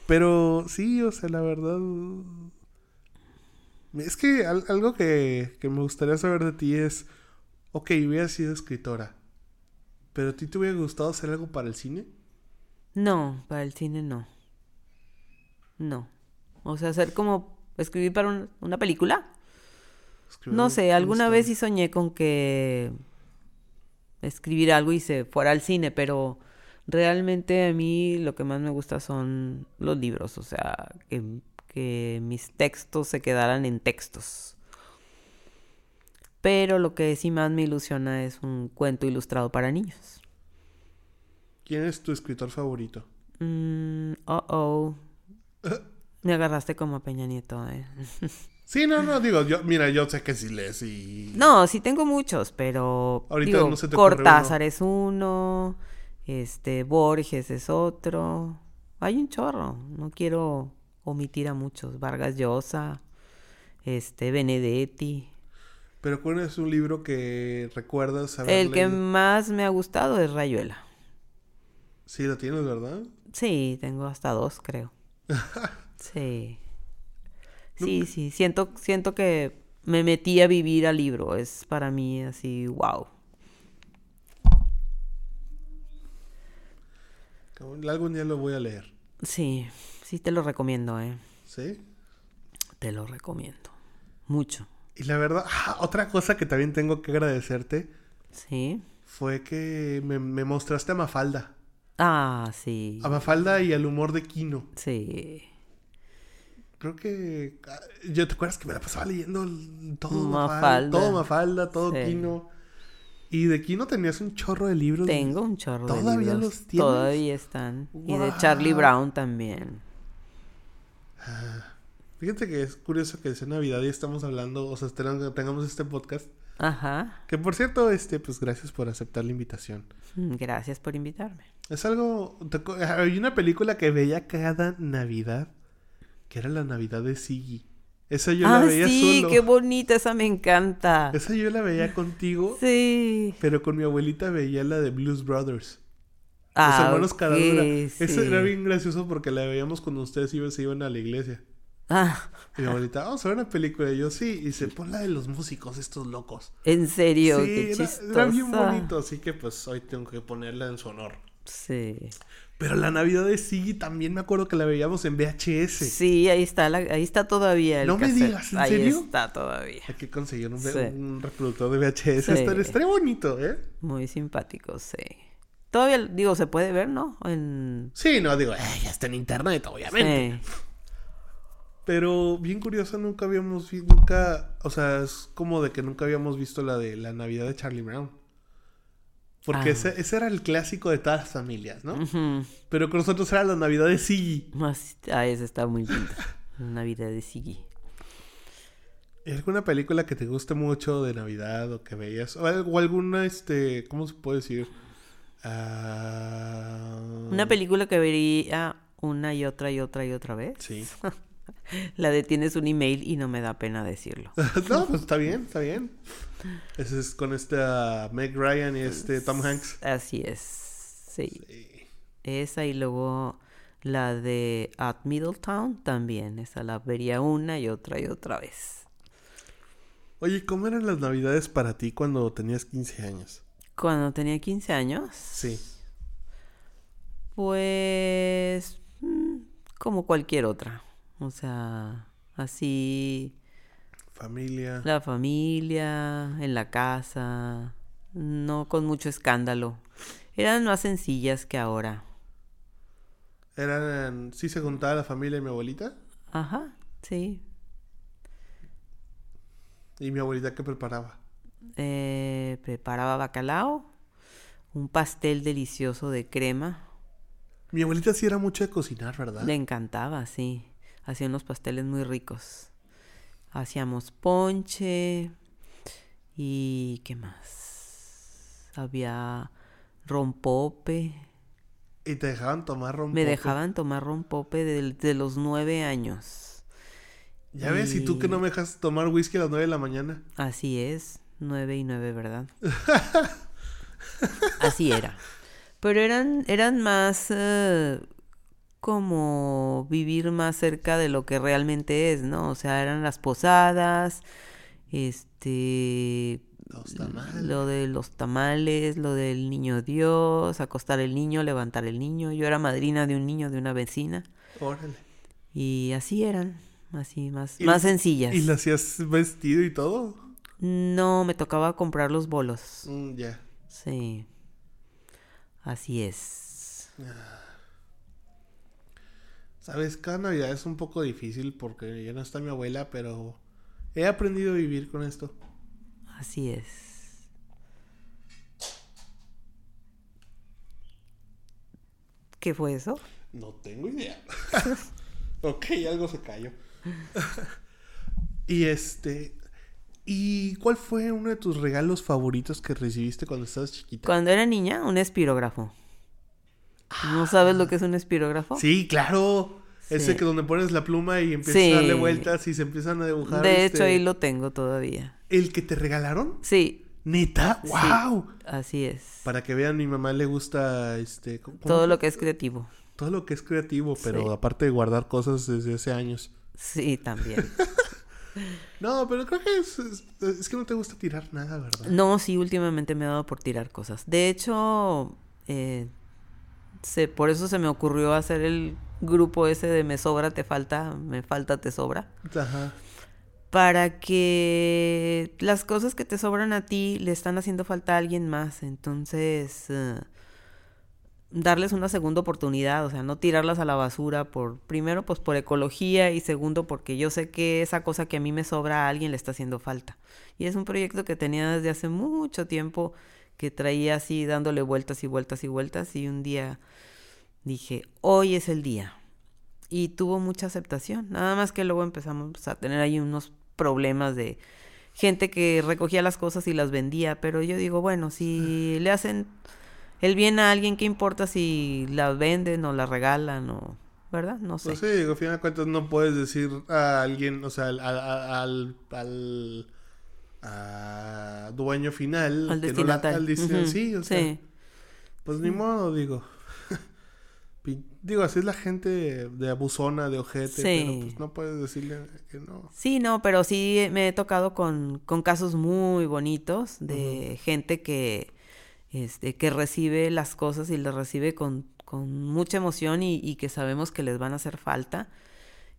A: Pero sí, o sea, la verdad. Es que al- algo que, que me gustaría saber de ti es. Ok, hubieras sido escritora. ¿Pero a ti te hubiera gustado hacer algo para el cine?
B: No, para el cine no. No. O sea, hacer como escribir para un- una película.
A: Escribir
B: No
A: un-
B: sé,
A: una
B: alguna vez
A: historia.
B: sí soñé con que escribir algo y se fuera al cine, pero realmente a mí lo que más me gusta son los libros, o sea, que, que mis textos se quedaran en textos. Pero lo que sí más me ilusiona es un cuento ilustrado para niños.
A: ¿Quién es tu escritor favorito?
B: Mm, oh, oh. Me agarraste como a Peña Nieto, eh.
A: Sí, no, no, digo, yo, mira, yo sé que sí lees y...
B: No, sí tengo muchos, pero
A: Ahorita
B: digo,
A: no se te ocurre
B: Cortázar es uno, este Borges es otro. Hay un chorro, no quiero omitir a muchos. Vargas Llosa, este Benedetti.
A: Pero ¿cuál es un libro que recuerdas haber
B: El que
A: leído?
B: más me ha gustado es Rayuela.
A: Sí, lo tienes, ¿verdad?
B: Sí, tengo hasta dos,
A: [laughs]
B: creo. Sí. Sí, sí, siento siento que me metí a vivir al libro, es para mí así wow.
A: Cabrón, Algún día lo voy a leer,
B: Sí, sí te lo recomiendo, eh.
A: ¿sí?
B: Te lo recomiendo. Mucho.
A: Y la verdad, ah, otra cosa que también tengo que agradecerte
B: Sí.
A: fue que me, me mostraste a Mafalda.
B: Ah, sí.
A: A Mafalda y al humor de Kino.
B: Sí.
A: Creo que... ah, ¿Yo te acuerdas que me la pasaba leyendo el- todo Mafalda?
B: Mafalda.
A: Todo Mafalda, todo
B: Sí.
A: Kino. Y de Kino tenías un chorro de libros.
B: Tengo un chorro de
A: ¿Todavía
B: libros.
A: los tienes?
B: Todavía están. Y de Charlie
A: Guau.
B: Brown también.
A: Fíjate que es curioso que sea Navidad y estamos hablando, o sea, tengan- tengamos este podcast.
B: Ajá.
A: Que por cierto, este, pues gracias por aceptar la invitación.
B: Mm, Gracias por invitarme.
A: Es algo. te acu- Hay una película que veía cada Navidad, que era la Navidad de Siggy. Esa yo
B: ah,
A: la veía
B: sí,
A: solo.
B: qué bonita, esa me encanta.
A: Esa yo la veía contigo,
B: Sí.
A: pero con mi abuelita veía la de Blues Brothers. los
B: Ah,
A: hermanos
B: ok,
A: Caradura. Eso
B: sí.
A: era bien gracioso porque la veíamos cuando ustedes iban, se iban a la iglesia.
B: Ah,
A: Y mi abuelita, vamos a ver una película. Y yo, sí. Y se pon la de los músicos, estos locos.
B: en serio,
A: sí,
B: qué
A: era,
B: chistosa.
A: era bien bonito, así que pues hoy tengo que ponerla en su honor.
B: Sí.
A: Pero la Navidad de Siggy también me acuerdo que la veíamos en VHS.
B: Sí, ahí está, la- ahí está todavía el
A: No me
B: cassette.
A: digas, ¿en
B: ahí
A: serio?
B: está todavía.
A: Hay que conseguir un, ve-
B: Sí.
A: un reproductor de VHS.
B: Sí.
A: Estaría, estaría bonito, ¿eh?
B: Muy simpático, sí. Todavía, digo, se puede ver, ¿no? En... eh,
A: Sí, no, digo, "Ay, ya está en internet, obviamente.
B: Sí.
A: Pero bien curioso, nunca habíamos visto, nunca, o sea, es como de que nunca habíamos visto la de la Navidad de Charlie Brown. Porque
B: Ah.
A: ese, ese era el clásico de todas las familias, ¿no?
B: Ujú.
A: Pero con nosotros era la Navidad de Siggy.
B: Más... Ah, esa está muy linda. Navidad de Siggy.
A: ¿Hay alguna película que te guste mucho de Navidad o que veías? O, al- o alguna, este, ¿cómo se puede decir? Ah,
B: Una película que vería una y otra y otra y otra vez.
A: Sí. [laughs]
B: La de tienes un email y no me da pena decirlo.
A: no, pues está bien, está bien. Ese es con esta Meg Ryan y este Tom Hanks.
B: Así es. Sí.
A: Sí.
B: Esa y luego la de At Middletown también. Esa la vería una y otra y otra vez.
A: Oye, ¿cómo eran las navidades para ti cuando tenías 15 años?
B: Cuando tenía 15 años,
A: Sí.
B: pues mm, como cualquier otra. O sea, así
A: Familia.
B: la familia, en la casa, no con mucho escándalo. Eran más sencillas que ahora.
A: Eran, sí se juntaba la familia y mi abuelita.
B: Ajá, sí.
A: Y mi abuelita que preparaba.
B: Eh, preparaba bacalao, un pastel delicioso de crema.
A: Mi abuelita sí era mucho de cocinar, ¿verdad?
B: Le encantaba, sí. Hacía unos pasteles muy ricos. Hacíamos ponche y ¿qué más? Había rompope.
A: Y te dejaban tomar rompope.
B: Me dejaban tomar rompope del- de, los nueve años.
A: Ya ves, y tú que no me dejas tomar whisky a las 9 de la mañana.
B: Así es, nueve y
A: [laughs]
B: nueve, ¿verdad? Así era. Pero eran, eran más eh, como vivir más cerca de lo que realmente es, ¿no? O sea, eran las posadas, este,
A: Los tamales.
B: lo de los tamales, lo del niño Dios, acostar el niño, levantar el niño. Yo era madrina de un niño de una vecina
A: Órale.
B: y así eran, así más,
A: Y-
B: más sencillas.
A: ¿Y la hacías vestido y todo?
B: No, me tocaba comprar los bolos.
A: Mm, ya.
B: Sí. Así es.
A: Sabes, cada navidad es un poco difícil porque ya no está mi abuela, pero he aprendido a vivir con esto.
B: Así es. ¿Qué fue eso?
A: No tengo [laughs] idea. ok, algo se cayó. [laughs] y este. ¿Y cuál fue uno de tus regalos favoritos que recibiste cuando estabas chiquita?
B: Cuando era niña, un espirógrafo. ¿No sabes lo que es un espirógrafo?
A: Ah. Sí, claro. Ese
B: Sí.
A: que donde pones la pluma y empiezas
B: Sí.
A: a darle vueltas y se empiezan a dibujar.
B: De
A: este,
B: hecho, ahí lo tengo todavía.
A: El que te regalaron.
B: Sí,
A: Neta,
B: Sí.
A: wow.
B: así es.
A: Para que vean, mi mamá le gusta este ¿cómo- cómo
B: Todo
A: fue?
B: lo que es creativo.
A: todo lo que es creativo, pero
B: Sí.
A: aparte de guardar cosas desde hace años.
B: Sí, también.
A: No, pero creo que es, es- es que no te gusta tirar nada, ¿verdad?
B: No, sí, últimamente me ha dado por tirar cosas. De hecho, eh, se, por eso se me ocurrió hacer el grupo ese de me sobra, te falta, me falta, te sobra.
A: Ajá.
B: Para que las cosas que te sobran a ti le están haciendo falta a alguien más. Entonces, eh, darles una segunda oportunidad, o sea, no tirarlas a la basura por, primero, pues por ecología y segundo, porque yo sé que esa cosa que a mí me sobra a alguien le está haciendo falta. Y es un proyecto que tenía desde hace mucho tiempo, que traía así dándole vueltas y vueltas y vueltas y un día dije, hoy es el día. Y tuvo mucha aceptación, nada más que luego empezamos a tener ahí unos problemas de gente que recogía las cosas y las vendía, pero yo digo, bueno, si le hacen el bien a alguien, ¿qué importa si la venden o la regalan o, ¿verdad? No sé.
A: Pues sí, digo, al final de cuentas no puedes decir a alguien, o sea, al, al, al, al- a dueño final.
B: al
A: que no la-
B: destinatario.
A: al destin-
B: Ujú,
A: Sí, o sea,
B: sí.
A: pues ni modo, digo. [laughs] Pi- digo, así es la gente de abusona, de ojete,
B: Sí.
A: pero pues no puedes decirle que no.
B: Sí, eh, no, pero sí me he tocado con, con casos muy bonitos de gente que este, que recibe las cosas y las recibe con, con mucha emoción y, y, que sabemos que les van a hacer falta.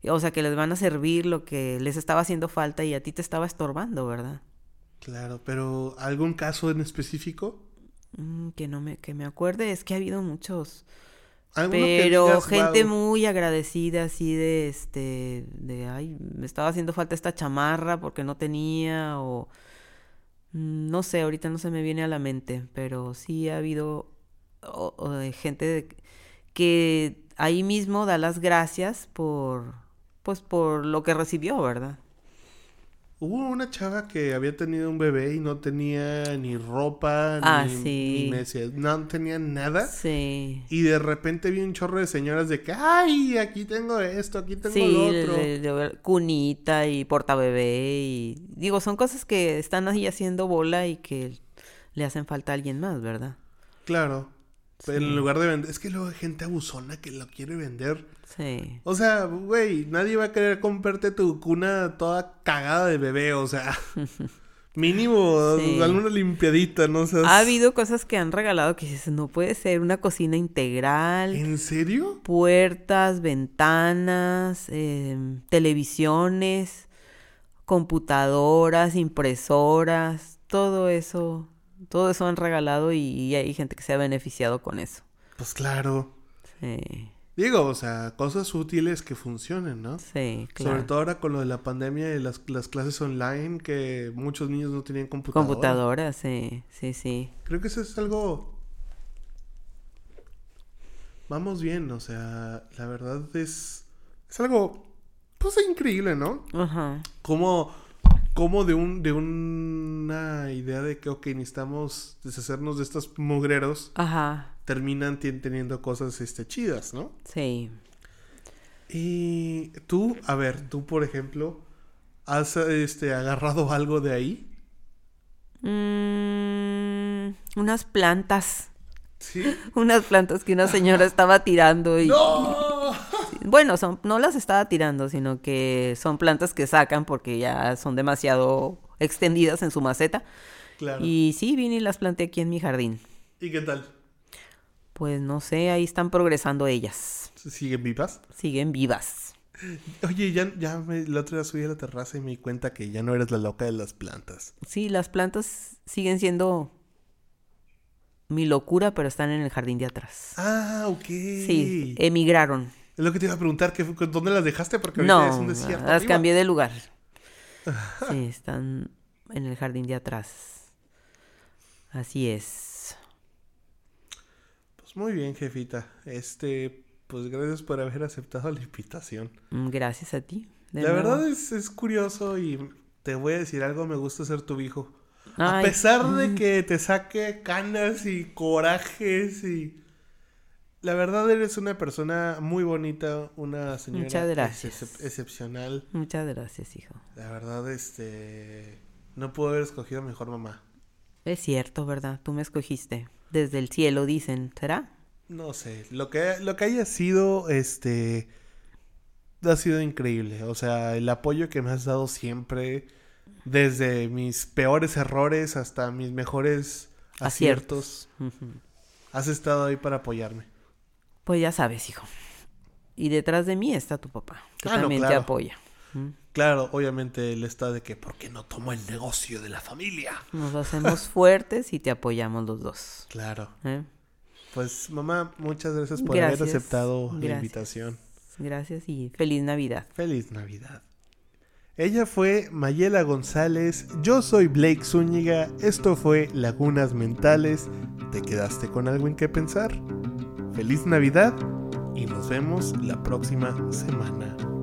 B: O sea, que les van a servir lo que les estaba haciendo falta y a ti te estaba estorbando, ¿verdad?
A: Claro, pero ¿algún caso en específico?
B: Mm, que no me, que me acuerde, es que ha habido muchos. Pero digas, gente wow. muy agradecida, así de este, de ay, me estaba haciendo falta esta chamarra porque no tenía, o mm, no sé, ahorita no se me viene a la mente, pero sí ha habido o, o, gente de, que ahí mismo da las gracias por, pues, por lo que recibió, ¿verdad?
A: Hubo una chava que había tenido un bebé y no tenía ni ropa,
B: ah,
A: ni,
B: sí.
A: ni necesidad, no tenía nada.
B: Sí.
A: Y de repente vi un chorro de señoras de que, ay, aquí tengo esto, aquí tengo
B: sí,
A: lo otro.
B: De, de, de, cunita y portabebé y digo, son cosas que están ahí haciendo bola y que le hacen falta a alguien más, ¿verdad?
A: Claro. Sí. En lugar de vender, es que luego hay gente abusona que lo quiere vender.
B: Sí.
A: O sea, güey, nadie va a querer comprarte tu cuna toda cagada de bebé, o
B: [laughs]
A: sea. Mínimo, sí. alguna limpiadita, ¿no? O sea,
B: ha habido cosas que han regalado que dices, no puede ser, una cocina integral.
A: ¿En serio?
B: Puertas, ventanas, eh, televisiones, computadoras, impresoras, todo eso. Todo eso han regalado y, y hay gente que se ha beneficiado con eso.
A: Pues claro.
B: Sí.
A: Digo, o sea, cosas útiles que funcionen, ¿no?
B: Sí, claro.
A: Sobre todo ahora con lo de la pandemia y las, las clases online, que muchos niños no tenían computadora.
B: Computadora, sí, sí, sí.
A: Creo que eso es algo... Vamos bien, o sea, la verdad es... Es algo, pues, increíble, ¿no?
B: Ajá.
A: Como, como de, un, de una idea de que, ok, necesitamos deshacernos de estos mugreros.
B: Ajá
A: terminan teniendo cosas este, chidas, ¿no?
B: Sí.
A: Y tú, a ver, tú, por ejemplo, ¿has este, agarrado algo de ahí?
B: Mm, unas plantas. [laughs]
A: Sí.
B: unas plantas que una señora estaba tirando y.
A: ¡No!
B: Bueno, son, no las estaba tirando, sino que son plantas que sacan porque ya son demasiado extendidas en su maceta.
A: Claro.
B: Y sí, vine y las planté aquí en mi jardín.
A: ¿Y qué tal?
B: pues no sé, ahí están progresando ellas.
A: ¿Siguen vivas?
B: Siguen vivas.
A: Oye, ya, ya me, la otra vez subí a la terraza y me di cuenta que ya no eres la loca de las plantas.
B: Sí, las plantas siguen siendo mi locura, pero están en el jardín de atrás.
A: Ah, ok.
B: Sí, eh emigraron.
A: Es lo que te iba a preguntar, ¿qué, ¿dónde las dejaste? Porque ahorita
B: no,
A: es un desierto.
B: Las arriba. cambié
A: [laughs]
B: de lugar. sí, están en el jardín de atrás. Así es
A: Pues muy bien, jefita. Este, pues gracias por haber aceptado la invitación.
B: Mm, Gracias a ti.
A: La nuevo. verdad es, es, curioso y te voy a decir algo, me gusta ser tu hijo.
B: Ay.
A: A pesar
B: [laughs]
A: de que te saque canas y corajes y... La verdad eres una persona muy bonita, una señora
B: Muchas gracias.
A: Ex excepcional.
B: Muchas gracias, hijo.
A: La verdad, este... No puedo haber escogido mejor mamá.
B: Es cierto, ¿verdad? Tú me escogiste desde el cielo, dicen, ¿será?
A: No sé, lo que, lo que haya sido, este, ha sido increíble. O sea, el apoyo que me has dado siempre, desde mis peores errores hasta mis mejores aciertos,
B: aciertos. Uh -huh.
A: has estado ahí para apoyarme.
B: Pues ya sabes, hijo. Y detrás de mí está tu papá, que
A: Ah, no,
B: también
A: claro.
B: te apoya. ¿Mm?
A: Claro, obviamente él está de que, ¿por qué no tomo el negocio de la familia?
B: Nos hacemos [laughs] fuertes y te apoyamos los dos.
A: Claro.
B: ¿eh?
A: Pues mamá, muchas gracias por
B: Gracias,
A: haber aceptado la
B: gracias.
A: invitación.
B: Gracias y feliz Navidad.
A: Feliz Navidad. Ella fue Mayela González, yo soy Blake Zúñiga, esto fue Lagunas Mentales, ¿te quedaste con algo en qué pensar? Feliz Navidad y nos vemos la próxima semana.